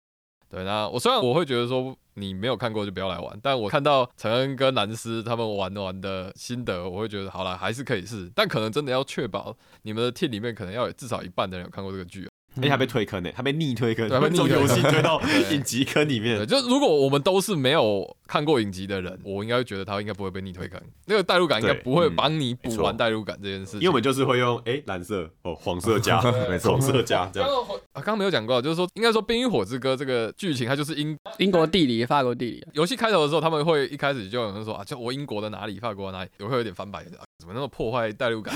Speaker 6: 对，那我虽然我会觉得说你没有看过就不要来玩，但我看到陈恩跟兰斯他们玩玩的心得，我会觉得好了，还是可以试，但可能真的要确保你们的 team 里面可能要有至少一半的人有看过这个剧哦
Speaker 2: 嗯
Speaker 5: 哎，他被推坑呢，他被逆推坑，
Speaker 6: 对他被逆
Speaker 5: 从
Speaker 6: 推
Speaker 5: 游
Speaker 6: 坑
Speaker 5: 戏推到
Speaker 6: 对
Speaker 5: 影集坑里
Speaker 6: 对，
Speaker 5: 面。
Speaker 6: 就是如果我们都是没有看过影集的人，我应该会觉得他应该不会被逆推坑，那个代入感应该
Speaker 3: 对
Speaker 6: 不会
Speaker 5: 嗯
Speaker 6: 帮你补
Speaker 3: 没错
Speaker 6: 完代入感这件事情。
Speaker 5: 因为我们就是会用哎蓝色哦黄色加
Speaker 3: 没错
Speaker 5: 红色加这
Speaker 6: 刚
Speaker 5: 样，
Speaker 6: 刚我啊刚刚没有讲过，就是说应该说《冰与火之歌》这个剧情，它就是英
Speaker 4: 英国地理、法国地理，
Speaker 6: 游戏开头的时候，他们会一开始就有人说啊，就我英国的哪里，法国的哪里，我会有点翻白眼，啊怎么那么破坏 代入感，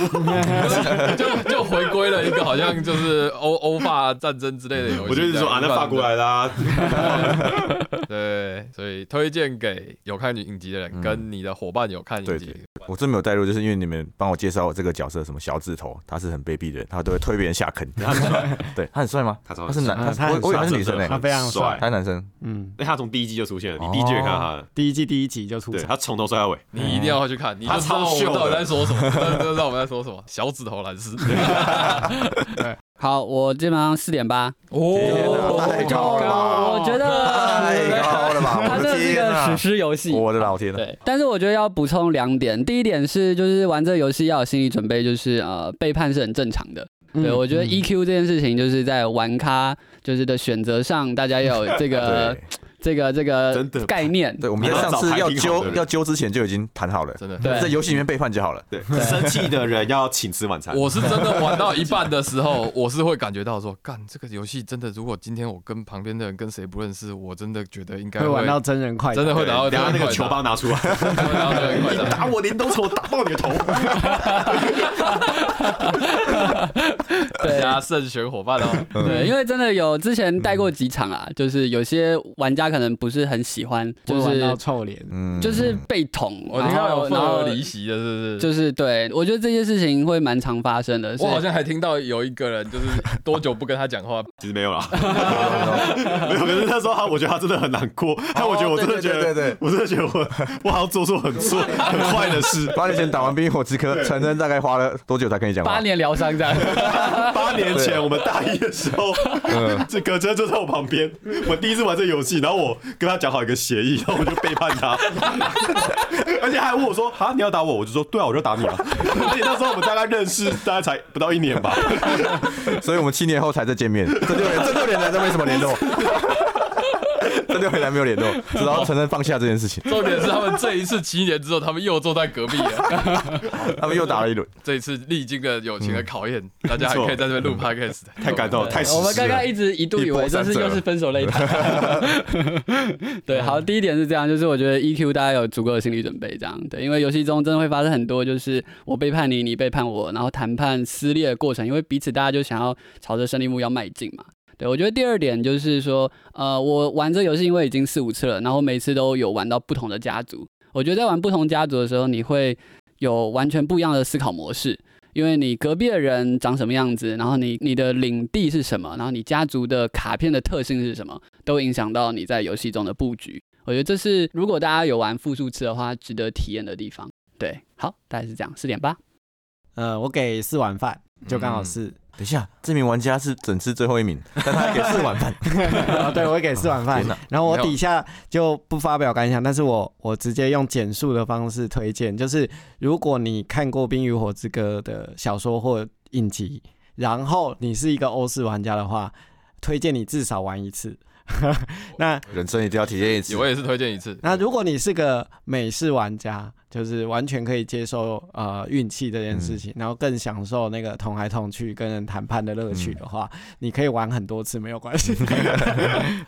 Speaker 6: 就就回归了一个好像就是
Speaker 3: 啊
Speaker 6: 欧欧法战争之类的游戏。
Speaker 5: 我就一直说啊那法国来啦，
Speaker 6: 对，对，所以推荐给有看影集的人，
Speaker 3: 嗯
Speaker 6: 跟你的伙伴有看影
Speaker 3: 对
Speaker 6: 集
Speaker 3: 对，我真没有带入，就是因为你们帮我介绍这个角色，什么小指头，他是很卑鄙的人，他都会推别人下坑。对，他很帅吗？
Speaker 5: 他超
Speaker 3: 他是男，
Speaker 2: 啊
Speaker 3: 他
Speaker 2: 他
Speaker 3: 我
Speaker 2: 很
Speaker 3: 我以为他
Speaker 2: 帅
Speaker 3: 是 女生呢，欸
Speaker 2: 他非常帅
Speaker 3: 他是男 生。
Speaker 2: 嗯，
Speaker 5: 那他从第一季就出现了，你第一季就看到他了，
Speaker 2: 第一季第一集就出
Speaker 5: 对
Speaker 2: 场，
Speaker 5: 他从头帅到尾，
Speaker 6: 你一定要去看，你就
Speaker 5: 他
Speaker 6: 知道
Speaker 5: 超
Speaker 6: 我们
Speaker 5: 秀
Speaker 6: 到底
Speaker 5: 的
Speaker 6: 在说什么， 真的知道我们在说什么。小指头蓝丝，
Speaker 4: 好，我基本上四点八，
Speaker 3: 哪
Speaker 6: 哦
Speaker 3: 太高了吧
Speaker 4: 我觉得
Speaker 3: 太高了吧！
Speaker 4: 它
Speaker 3: 哎
Speaker 4: 真
Speaker 3: 我
Speaker 4: 的
Speaker 3: 的
Speaker 4: 是一
Speaker 3: 天
Speaker 4: 个史
Speaker 3: 啊！
Speaker 4: 诗游戏。
Speaker 3: 我的老天啊！
Speaker 4: 对，但是我觉得要补充两点。第一点是，就是玩这游戏要有心理准备，就是呃，背叛是很正常的。
Speaker 2: 嗯
Speaker 4: 对，我觉得 EQ 这件事情，就是在玩咖就是的选择上，大家要有这个
Speaker 3: 对
Speaker 4: 这个这个
Speaker 5: 真的
Speaker 4: 概念。
Speaker 3: 对，我们在上次要揪要揪之前就已经谈好了，
Speaker 6: 真的。
Speaker 4: 对
Speaker 3: 在游戏里面背叛就好了。
Speaker 5: 对，生气的人要请吃晚餐。
Speaker 6: 我是真的玩到一半的时候，我是会感觉到说，干这个游戏真的，如果今天我跟旁边的人跟谁不认识，我真的觉得应该
Speaker 2: 会玩到真人快打
Speaker 6: 真的会
Speaker 5: 对
Speaker 6: 打到
Speaker 5: 等下那个球
Speaker 6: 球
Speaker 5: 棒，拿出来，
Speaker 6: 会打到真人快
Speaker 5: 你
Speaker 6: 打
Speaker 5: 打我林东球，我打爆你的头。
Speaker 4: 对
Speaker 6: 加慎选伙伴哦。
Speaker 4: 对，因为真的有之前带过几场啊，就是有些玩家可能不是很喜欢，就
Speaker 2: 玩
Speaker 4: 是
Speaker 2: 到臭脸，
Speaker 3: 嗯，
Speaker 4: 就是被捅，
Speaker 6: 我
Speaker 4: 然
Speaker 6: 听
Speaker 4: 后
Speaker 6: 到有愤
Speaker 4: 然后
Speaker 6: 而离席的，是不是？
Speaker 4: 就是对我觉得这些事情会蛮常发生的。是
Speaker 6: 我好像还听到有一个人，就是多久不跟他讲话，
Speaker 5: 其实没有 啦，没有。可是那时候他，我觉得他真的很难过，但我觉得我真的觉得，
Speaker 3: 哦对对对对
Speaker 5: 我真的觉得我我好像做错很 错很坏的事。
Speaker 3: 八年前打完《冰与火之歌》，陈真大概花了多久才跟你讲
Speaker 4: 八
Speaker 3: 话？
Speaker 4: 年疗伤这样。
Speaker 5: 八年前我们大一的时候，
Speaker 3: 啊
Speaker 5: 这葛哲就在我旁边，我第一次玩这游戏，然后我跟他讲好一个协议，然后我就背叛他， 而且还问我说：“啊，你要打我？”我就说：“对啊，我就打你啊。” 而且那时候我们大概认识大概才不到一年 吧，
Speaker 3: 所以我们七年后才再见面。这六年，这六年来都没什么联络。 这六年来没有联络，直到陈真放下这件事情，
Speaker 6: 重点是他们这一次七年之后，他们又坐在隔壁了。
Speaker 3: 他们又打了一轮。
Speaker 6: 这一次历经了友情的考验，大家还可以在这边录 podcast，
Speaker 5: 嗯 太感动了，太实
Speaker 4: 我们
Speaker 5: 实
Speaker 4: 刚
Speaker 5: 了
Speaker 4: 刚。一直一度以为这是又是分手擂 台。对，好，第一点是这样，就是我觉得 EQ 大家有足够的心理准备，这样对，因为游戏中真的会发生很多，就是我背叛你，你背叛我，然后谈判撕裂的过程，因为彼此大家就想要朝着胜利目标迈进嘛。对，我觉得第二点就是说，呃，我玩这游戏因为已经四五次了，然后每次都有玩到不同的家族，我觉得在玩不同家族的时候，你会有完全不一样的思考模式。因为你隔壁的人长什么样子，然后你你的领地是什么，然后你家族的卡片的特性是什么，都影响到你在游戏中的布局。我觉得这是如果大家有玩复数次的话，值得体验的地方。对，好，大概是这样，四点八。
Speaker 2: 呃，我给四碗饭，就刚好
Speaker 3: 嗯
Speaker 2: 是，
Speaker 3: 等一下，这名玩家是整次最后一名，但他还给四碗饭。
Speaker 2: 啊对我给四碗饭
Speaker 3: 天哪，
Speaker 2: 然后我底下就不发表感想，但是我我直接用简述的方式推荐，就是如果你看过《冰与火之歌》的小说或影集，然后你是一个欧式玩家的话，推荐你至少玩一次。 那
Speaker 3: 人生一定要体验一次
Speaker 6: 我。也是推荐一次。
Speaker 2: 那如果你是个美式玩家，就是完全可以接受呃运气这
Speaker 3: 嗯
Speaker 2: 件事情，然后更享受那个同来同去跟人谈判的乐
Speaker 3: 嗯
Speaker 2: 趣的话，你可以玩很多次没有关 系。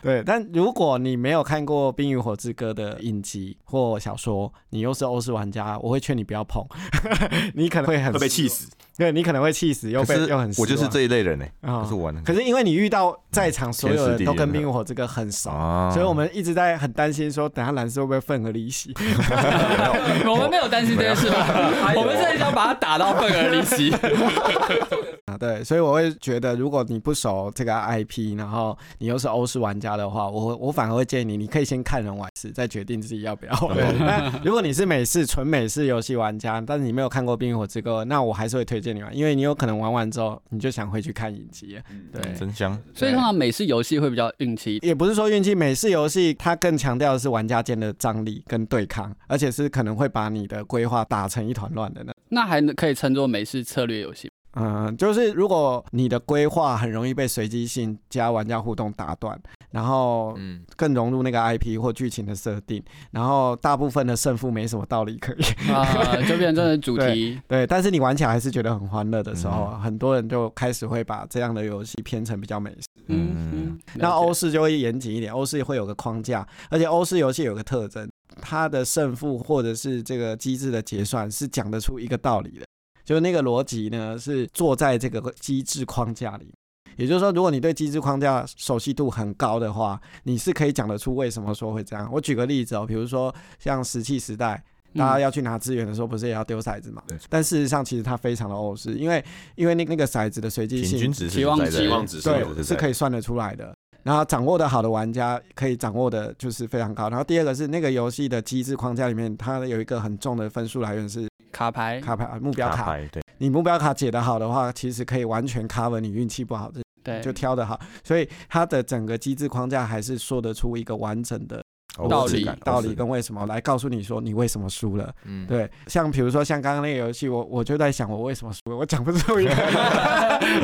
Speaker 2: 对，但如果你没有看过《冰与火之歌》的影集或小说，你又是欧式玩家，我会劝你不要碰， 你可能会很
Speaker 5: 会被气
Speaker 2: 失
Speaker 5: 死，
Speaker 2: 望，对你可能会气死，又被
Speaker 3: 可是
Speaker 2: 又很失
Speaker 3: 我就是
Speaker 2: 望
Speaker 3: 这一类人呢，欸
Speaker 2: 啊
Speaker 3: 就是玩得很。
Speaker 2: 可是因为你遇到在场所有人都跟
Speaker 3: 天时地利人和
Speaker 2: 冰与火之歌很熟，
Speaker 3: 啊
Speaker 2: 所以我们一直在很担心说，等下蓝色会不会愤而离席？
Speaker 4: 我们没有担心这件事吧？ 我们是很想把他打到愤而离 席。
Speaker 2: 啊，对，所以我会觉得，如果你不熟这个 IP，然后你又是欧式玩家的话，我会我反而会建议你，你可以先看人玩一次，再决定自己要不要玩。 但如果你是美式纯美式游戏玩家，但是你没有看过《冰与火之歌》，那我还是会推荐你玩，因为你有可能玩完之后，你就想回去看影集了。对，
Speaker 3: 真香，
Speaker 4: 所以通常美式游戏会比较运气一点。
Speaker 2: 也不是说运气，美式游戏它更强调的是玩家间的张力跟对抗，而且是可能会把你的规划打成一团乱的那。
Speaker 4: 那还能可以称作美式策略游戏吗。
Speaker 2: 嗯，就是如果你的规划很容易被随机性加玩家互动打断，然后
Speaker 6: 嗯，
Speaker 2: 更融入那个 IP 或剧情的设定，然后大部分的胜负没什么道理可以。
Speaker 4: 啊、就变成真的主题。
Speaker 2: 对，但是你玩起来还是觉得很欢乐的时候，很多人就开始会把这样的游戏偏成比较美式。
Speaker 4: 嗯
Speaker 3: 嗯
Speaker 4: 嗯，
Speaker 2: 那
Speaker 4: 了解
Speaker 2: 欧式就会严谨一点，欧式会有个框架，而且欧式游戏有个特征，它的胜负或者是这个机制的结算是讲得出一个道理的，就是那个逻辑呢是坐在这个机制框架里。也就是说，如果你对机制框架熟悉度很高的话，你是可以讲得出为什么说会这样。我举个例子哦，比如说像石器时代。大
Speaker 3: 嗯
Speaker 2: 家要去拿资源的时候，不是也要丢骰子嘛？但事实上，其实它非常的欧式，因为因为那那个骰子的随机
Speaker 3: 平
Speaker 2: 性
Speaker 3: 均值是
Speaker 4: 期望
Speaker 3: 在
Speaker 4: 值
Speaker 3: 在
Speaker 5: 期望值是有
Speaker 2: 对，
Speaker 5: 的
Speaker 2: 是可以算得出来的。然后掌握的好的玩家可以掌握的就是非常高。然后第二个是那个游戏的机制框架里面，它有一个很重的分数来源是
Speaker 4: 嗯卡哎牌
Speaker 2: 卡牌目标
Speaker 3: 打
Speaker 2: 卡。
Speaker 3: 牌，对，
Speaker 2: 你目标卡解得好的话，其实可以完全 cover 你运气不好的，
Speaker 4: 对
Speaker 2: 就挑得好。所以它的整个机制框架还是说得出一个完整的
Speaker 4: 道理
Speaker 3: 欧式感
Speaker 2: 道
Speaker 3: 欧式
Speaker 2: 理
Speaker 3: 感
Speaker 2: 跟为什么来告诉你说你为什么输了。
Speaker 6: 嗯，
Speaker 2: 对，像比如说像刚刚那个游戏，我我就在想我为什么输了，我讲不出一个，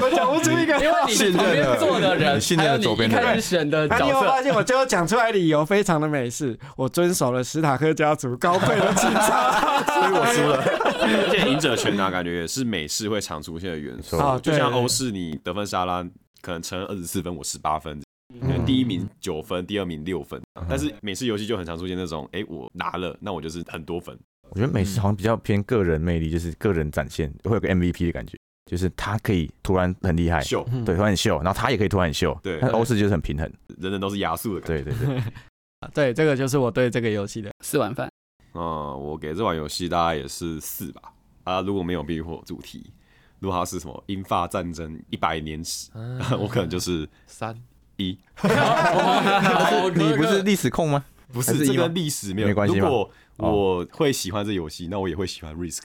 Speaker 2: 我讲不出一个
Speaker 4: 因为你
Speaker 3: 信任
Speaker 4: 旁边
Speaker 3: 的
Speaker 4: 坐的人，
Speaker 3: 信
Speaker 4: 还
Speaker 3: 任
Speaker 4: 有
Speaker 3: 的
Speaker 4: 你
Speaker 3: 左
Speaker 4: 一
Speaker 3: 边的
Speaker 4: 开始
Speaker 3: 人
Speaker 4: 选的
Speaker 2: 啊那、你
Speaker 4: 角
Speaker 2: 有没有
Speaker 4: 色，
Speaker 2: 发现我最后讲出来的理由非常的美 式，我遵守了史塔克家族高贵的情操。
Speaker 5: 所 以我输了。而且赢者全拿感觉也是美式会常出现的元 素
Speaker 2: 啊，
Speaker 5: 就
Speaker 2: 对
Speaker 5: 像欧式，你得分沙拉可能乘二十四分，我十八分，可能
Speaker 2: 嗯
Speaker 5: 第一名九分，第二名六分。但是美式游戏就很常出现那种，哎，我拿了，那我就是很多分。
Speaker 3: 我觉得美式好像比较偏个人魅力，就是个人展现，会有个 MVP 的感觉，就是他可以突然很厉害，
Speaker 5: 秀，
Speaker 3: 对，突然很秀，然后他也可以突然很秀，
Speaker 5: 对
Speaker 3: 但欧式就是很平衡，
Speaker 5: 人人都是压缩的感觉。
Speaker 3: 对对对，
Speaker 2: 对，这个就是我对这个游戏的。
Speaker 4: 四碗饭，
Speaker 5: 嗯，我给这款游戏大概也是四吧。啊，如果没有避火主题，如果它是什么英法战争一百年史，
Speaker 6: 啊
Speaker 5: 我可能就是
Speaker 6: 三
Speaker 5: 一，
Speaker 6: 哦
Speaker 3: 你不是历史控吗？
Speaker 5: 不
Speaker 3: 还
Speaker 5: 是
Speaker 3: 是一
Speaker 5: 这
Speaker 3: 吗
Speaker 5: 跟历史没有
Speaker 3: 没关系
Speaker 5: 如
Speaker 3: 吗哦
Speaker 5: 果我会喜欢这游戏，那我也会喜欢 Risk，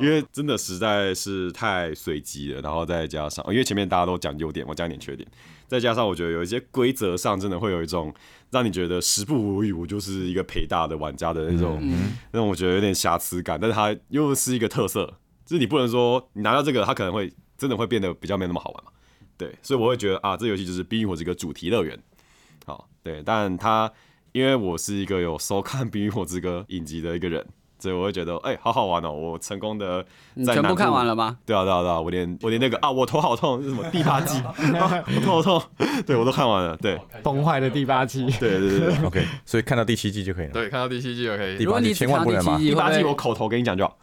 Speaker 5: 因为真的实在是太随机了。然后再加上，因为前面大家都讲优点，我讲一点缺点，再加上我觉得有一些规则上真的会有一种让你觉得食不无语，我就是一个陪打的玩家的那种
Speaker 4: 嗯，
Speaker 5: 让我觉得有点瑕疵感，但是它又是一个特色，就是你不能说你拿到这个，它可能会真的会变得比较没有那么好玩嘛。对，所以我会觉得啊，这游戏就是《冰与火之歌》主题乐园。好，对，但它因为我是一个有收看《冰与火之歌》影集的一个人，所以我会觉得哎、好好玩哦，我成功的
Speaker 4: 嗯你
Speaker 5: 在
Speaker 4: 全部
Speaker 5: 南
Speaker 4: 看
Speaker 5: 部
Speaker 4: 完了吗？
Speaker 5: 对啊，对啊，对啊，我连我连那个啊，我头好痛，是什么第八季，啊我头好痛，对我都看完了，对
Speaker 2: 崩坏的第八期，
Speaker 5: 对对对对，
Speaker 3: OK，所以看到第七季就可以了。
Speaker 6: 对，看到第七季就可以
Speaker 3: 第
Speaker 6: 了。
Speaker 4: 如果你
Speaker 3: 季
Speaker 4: 只
Speaker 3: 千
Speaker 4: 看
Speaker 3: 万不
Speaker 4: 第
Speaker 3: 能
Speaker 4: 七
Speaker 3: 吗
Speaker 4: 季，
Speaker 5: 第
Speaker 4: 会不
Speaker 5: 八季我
Speaker 4: 会
Speaker 5: 口头跟你讲就好，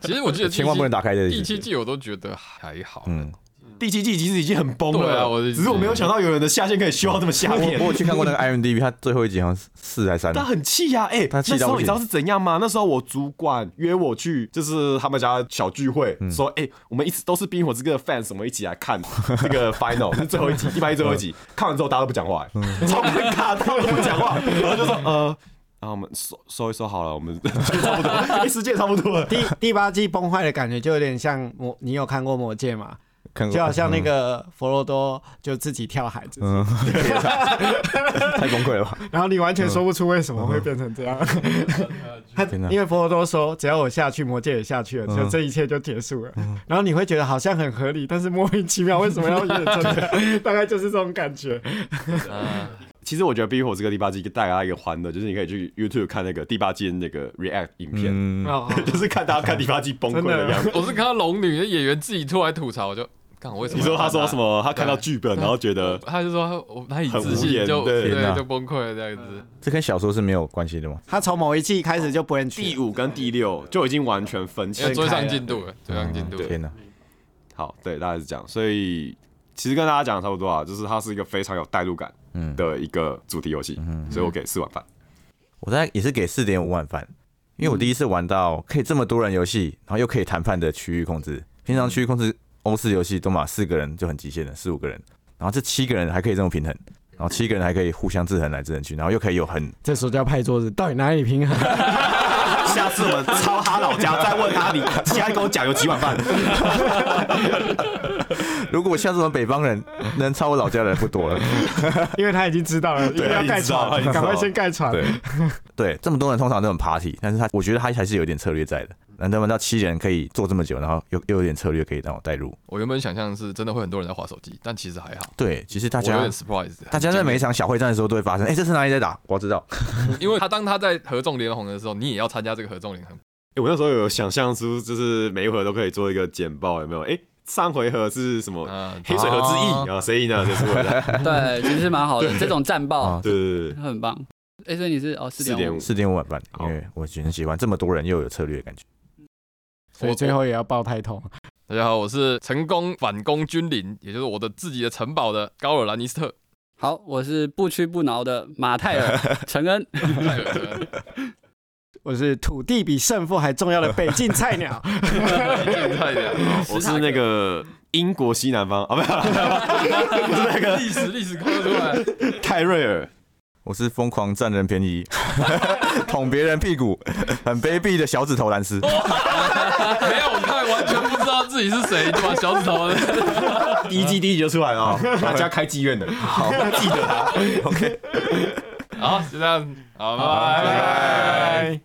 Speaker 6: 其实我记得第七
Speaker 3: 千万不能打开这
Speaker 6: 第
Speaker 3: 集。
Speaker 6: 七季，我都觉得还好。
Speaker 3: 嗯，
Speaker 5: 第七季其实已经很崩
Speaker 6: 对
Speaker 5: 了，
Speaker 6: 啊我的意思
Speaker 5: 只是我没有想到有人的下限可以修到这么下
Speaker 3: 我
Speaker 5: 面
Speaker 3: 我。有去看过那个 IMDB，它最后一集好像是四还是三
Speaker 5: 他，很气呀、哎、
Speaker 3: 他气
Speaker 5: 那
Speaker 3: 到
Speaker 5: 时候
Speaker 3: 不
Speaker 5: 你知
Speaker 3: 行
Speaker 5: 道是怎样吗？那时候我主管约我去，就是他们家小聚会，说，哎、我们一直都是冰火之歌的 fans，我们一起来看 这个 final 是最后一集，第八季最后一集。看完之后大家都不讲话、哎，超尴尬，大家都不讲话，然后就说，呃，然后我们收收一收好了，我们 就差不多，哎、时间也差不多了。
Speaker 2: 第第八季崩坏的感觉就有点像魔，你有看过《魔戒》吗？
Speaker 5: 嗯
Speaker 3: 看过
Speaker 2: 就好像那个佛罗多就自己跳海自己，
Speaker 3: 嗯，嗯太崩溃了吧？
Speaker 2: 然后你完全说不出为什么会变成这样。他
Speaker 3: 天哪
Speaker 2: 因为佛罗多说，只要我下去，魔戒也下去了，就这一切就结束了。然后你会觉得好像很合理，但是莫名其妙为什么要演真的？大概就是这种感觉。
Speaker 6: 啊
Speaker 5: 其实我觉得冰火之歌第八季给大家一个欢乐，就是你可以去 YouTube 看那个第八季的那个 react 影片。
Speaker 3: 嗯，
Speaker 2: 哦，
Speaker 5: 就是看大家看第八季崩溃的样子。
Speaker 6: 我是看到龙女的演员自己突然吐槽，我就看我为什么
Speaker 5: 你说
Speaker 6: 要
Speaker 5: 他说
Speaker 6: 看
Speaker 5: 什？么？他看到剧本，然后觉得
Speaker 6: 他就说我难以
Speaker 5: 很
Speaker 6: 置
Speaker 5: 无
Speaker 6: 信，
Speaker 5: 言
Speaker 6: 就
Speaker 5: 对
Speaker 3: 天哪嗯
Speaker 6: 就崩溃了这样子。
Speaker 3: 这跟小说是没有关系的吗？
Speaker 2: 他从某一季开始就不认
Speaker 5: 第
Speaker 2: 去。
Speaker 5: 五跟第六就已经完全分
Speaker 6: 因为
Speaker 5: 歧。
Speaker 6: 追
Speaker 3: 啊
Speaker 6: 上进度了，追上进度了。
Speaker 3: 天哪，
Speaker 5: 好，对，大概是这样。所以其实跟大家讲的差不多啊，就是它是一个非常有代入感
Speaker 3: 嗯，
Speaker 5: 的一个主题游戏，所以我给四碗饭。
Speaker 3: 我大概也是给四点五碗饭，因为我第一次玩到可以这么多人游戏，然后又可以谈判的区域控制。平常区域控制欧式游戏都嘛四个人就很极限了，四五个人，然后这七个人还可以这么平衡，然后七个人还可以互相制衡来制衡去，然后又可以有很
Speaker 2: 这时候叫拍桌子，到底哪里平衡？
Speaker 5: 下次我们抄他老家，再问他你，现在跟我讲有几碗饭？
Speaker 3: 如果像这种北方人，能超我老家的人不多了。
Speaker 2: 因为他已经知道了，一定要盖
Speaker 5: 他
Speaker 2: 船，
Speaker 5: 已经知道了
Speaker 2: 赶快先盖船。
Speaker 3: 对 对，这么多人通常都很 party，但是他我觉得他还是有点策略在的。难得玩到七人可以做这么久，然后又又有点策略可以让我带入。
Speaker 6: 我原本想象是真的会很多人在划手机，但其实还好。
Speaker 3: 对，其实大
Speaker 6: 我有
Speaker 3: 家
Speaker 6: 点 surprise，
Speaker 3: 大家在每一场小会战的时候都会发生，哎、这是哪里在打？我知道，
Speaker 6: 因为他当他在合纵连横的时候，你也要参加这个合纵连横。
Speaker 5: 欸我那时候有想象出，就是每一回合都可以做一个简报，有没有？哎、上回合是什么？
Speaker 6: 嗯，
Speaker 5: 黑水河之
Speaker 6: 啊
Speaker 5: 役啊，谁赢了？谁输了？
Speaker 4: 对，其实蛮好的，这种战报
Speaker 3: 啊
Speaker 5: 对对对对，
Speaker 4: 很棒。哎，所以你是哦四
Speaker 5: 四
Speaker 4: 点
Speaker 5: 点
Speaker 4: 五
Speaker 5: 五，
Speaker 3: 四点五晚饭，
Speaker 5: 好
Speaker 3: 因为我很喜欢这么多人又有策略的感觉。
Speaker 2: 所以最后也要爆胎头。
Speaker 6: 大家好，我是成功反攻君临，也就是我的自己的城堡的高尔兰尼斯特。
Speaker 4: 好，我是不屈不挠的马泰 尔陈恩。
Speaker 6: 泰尔陈恩
Speaker 2: 我是土地比胜负还重要的北境菜鸟。
Speaker 6: 近代的
Speaker 5: 好我是那个英国西南方啊，没有啦， 我是那个
Speaker 6: 历史历史看得出来，
Speaker 5: 泰瑞尔，
Speaker 3: 我是疯狂占人便宜、 捅别人屁股、 很卑鄙的小指头蓝斯。
Speaker 6: 没有，你看完全不知道自己是谁，对吧？小指 头，
Speaker 5: 第一季第一集就出来了，哦大家开妓院的，好记得他。
Speaker 6: 好，就这样，好，拜拜。
Speaker 5: 拜。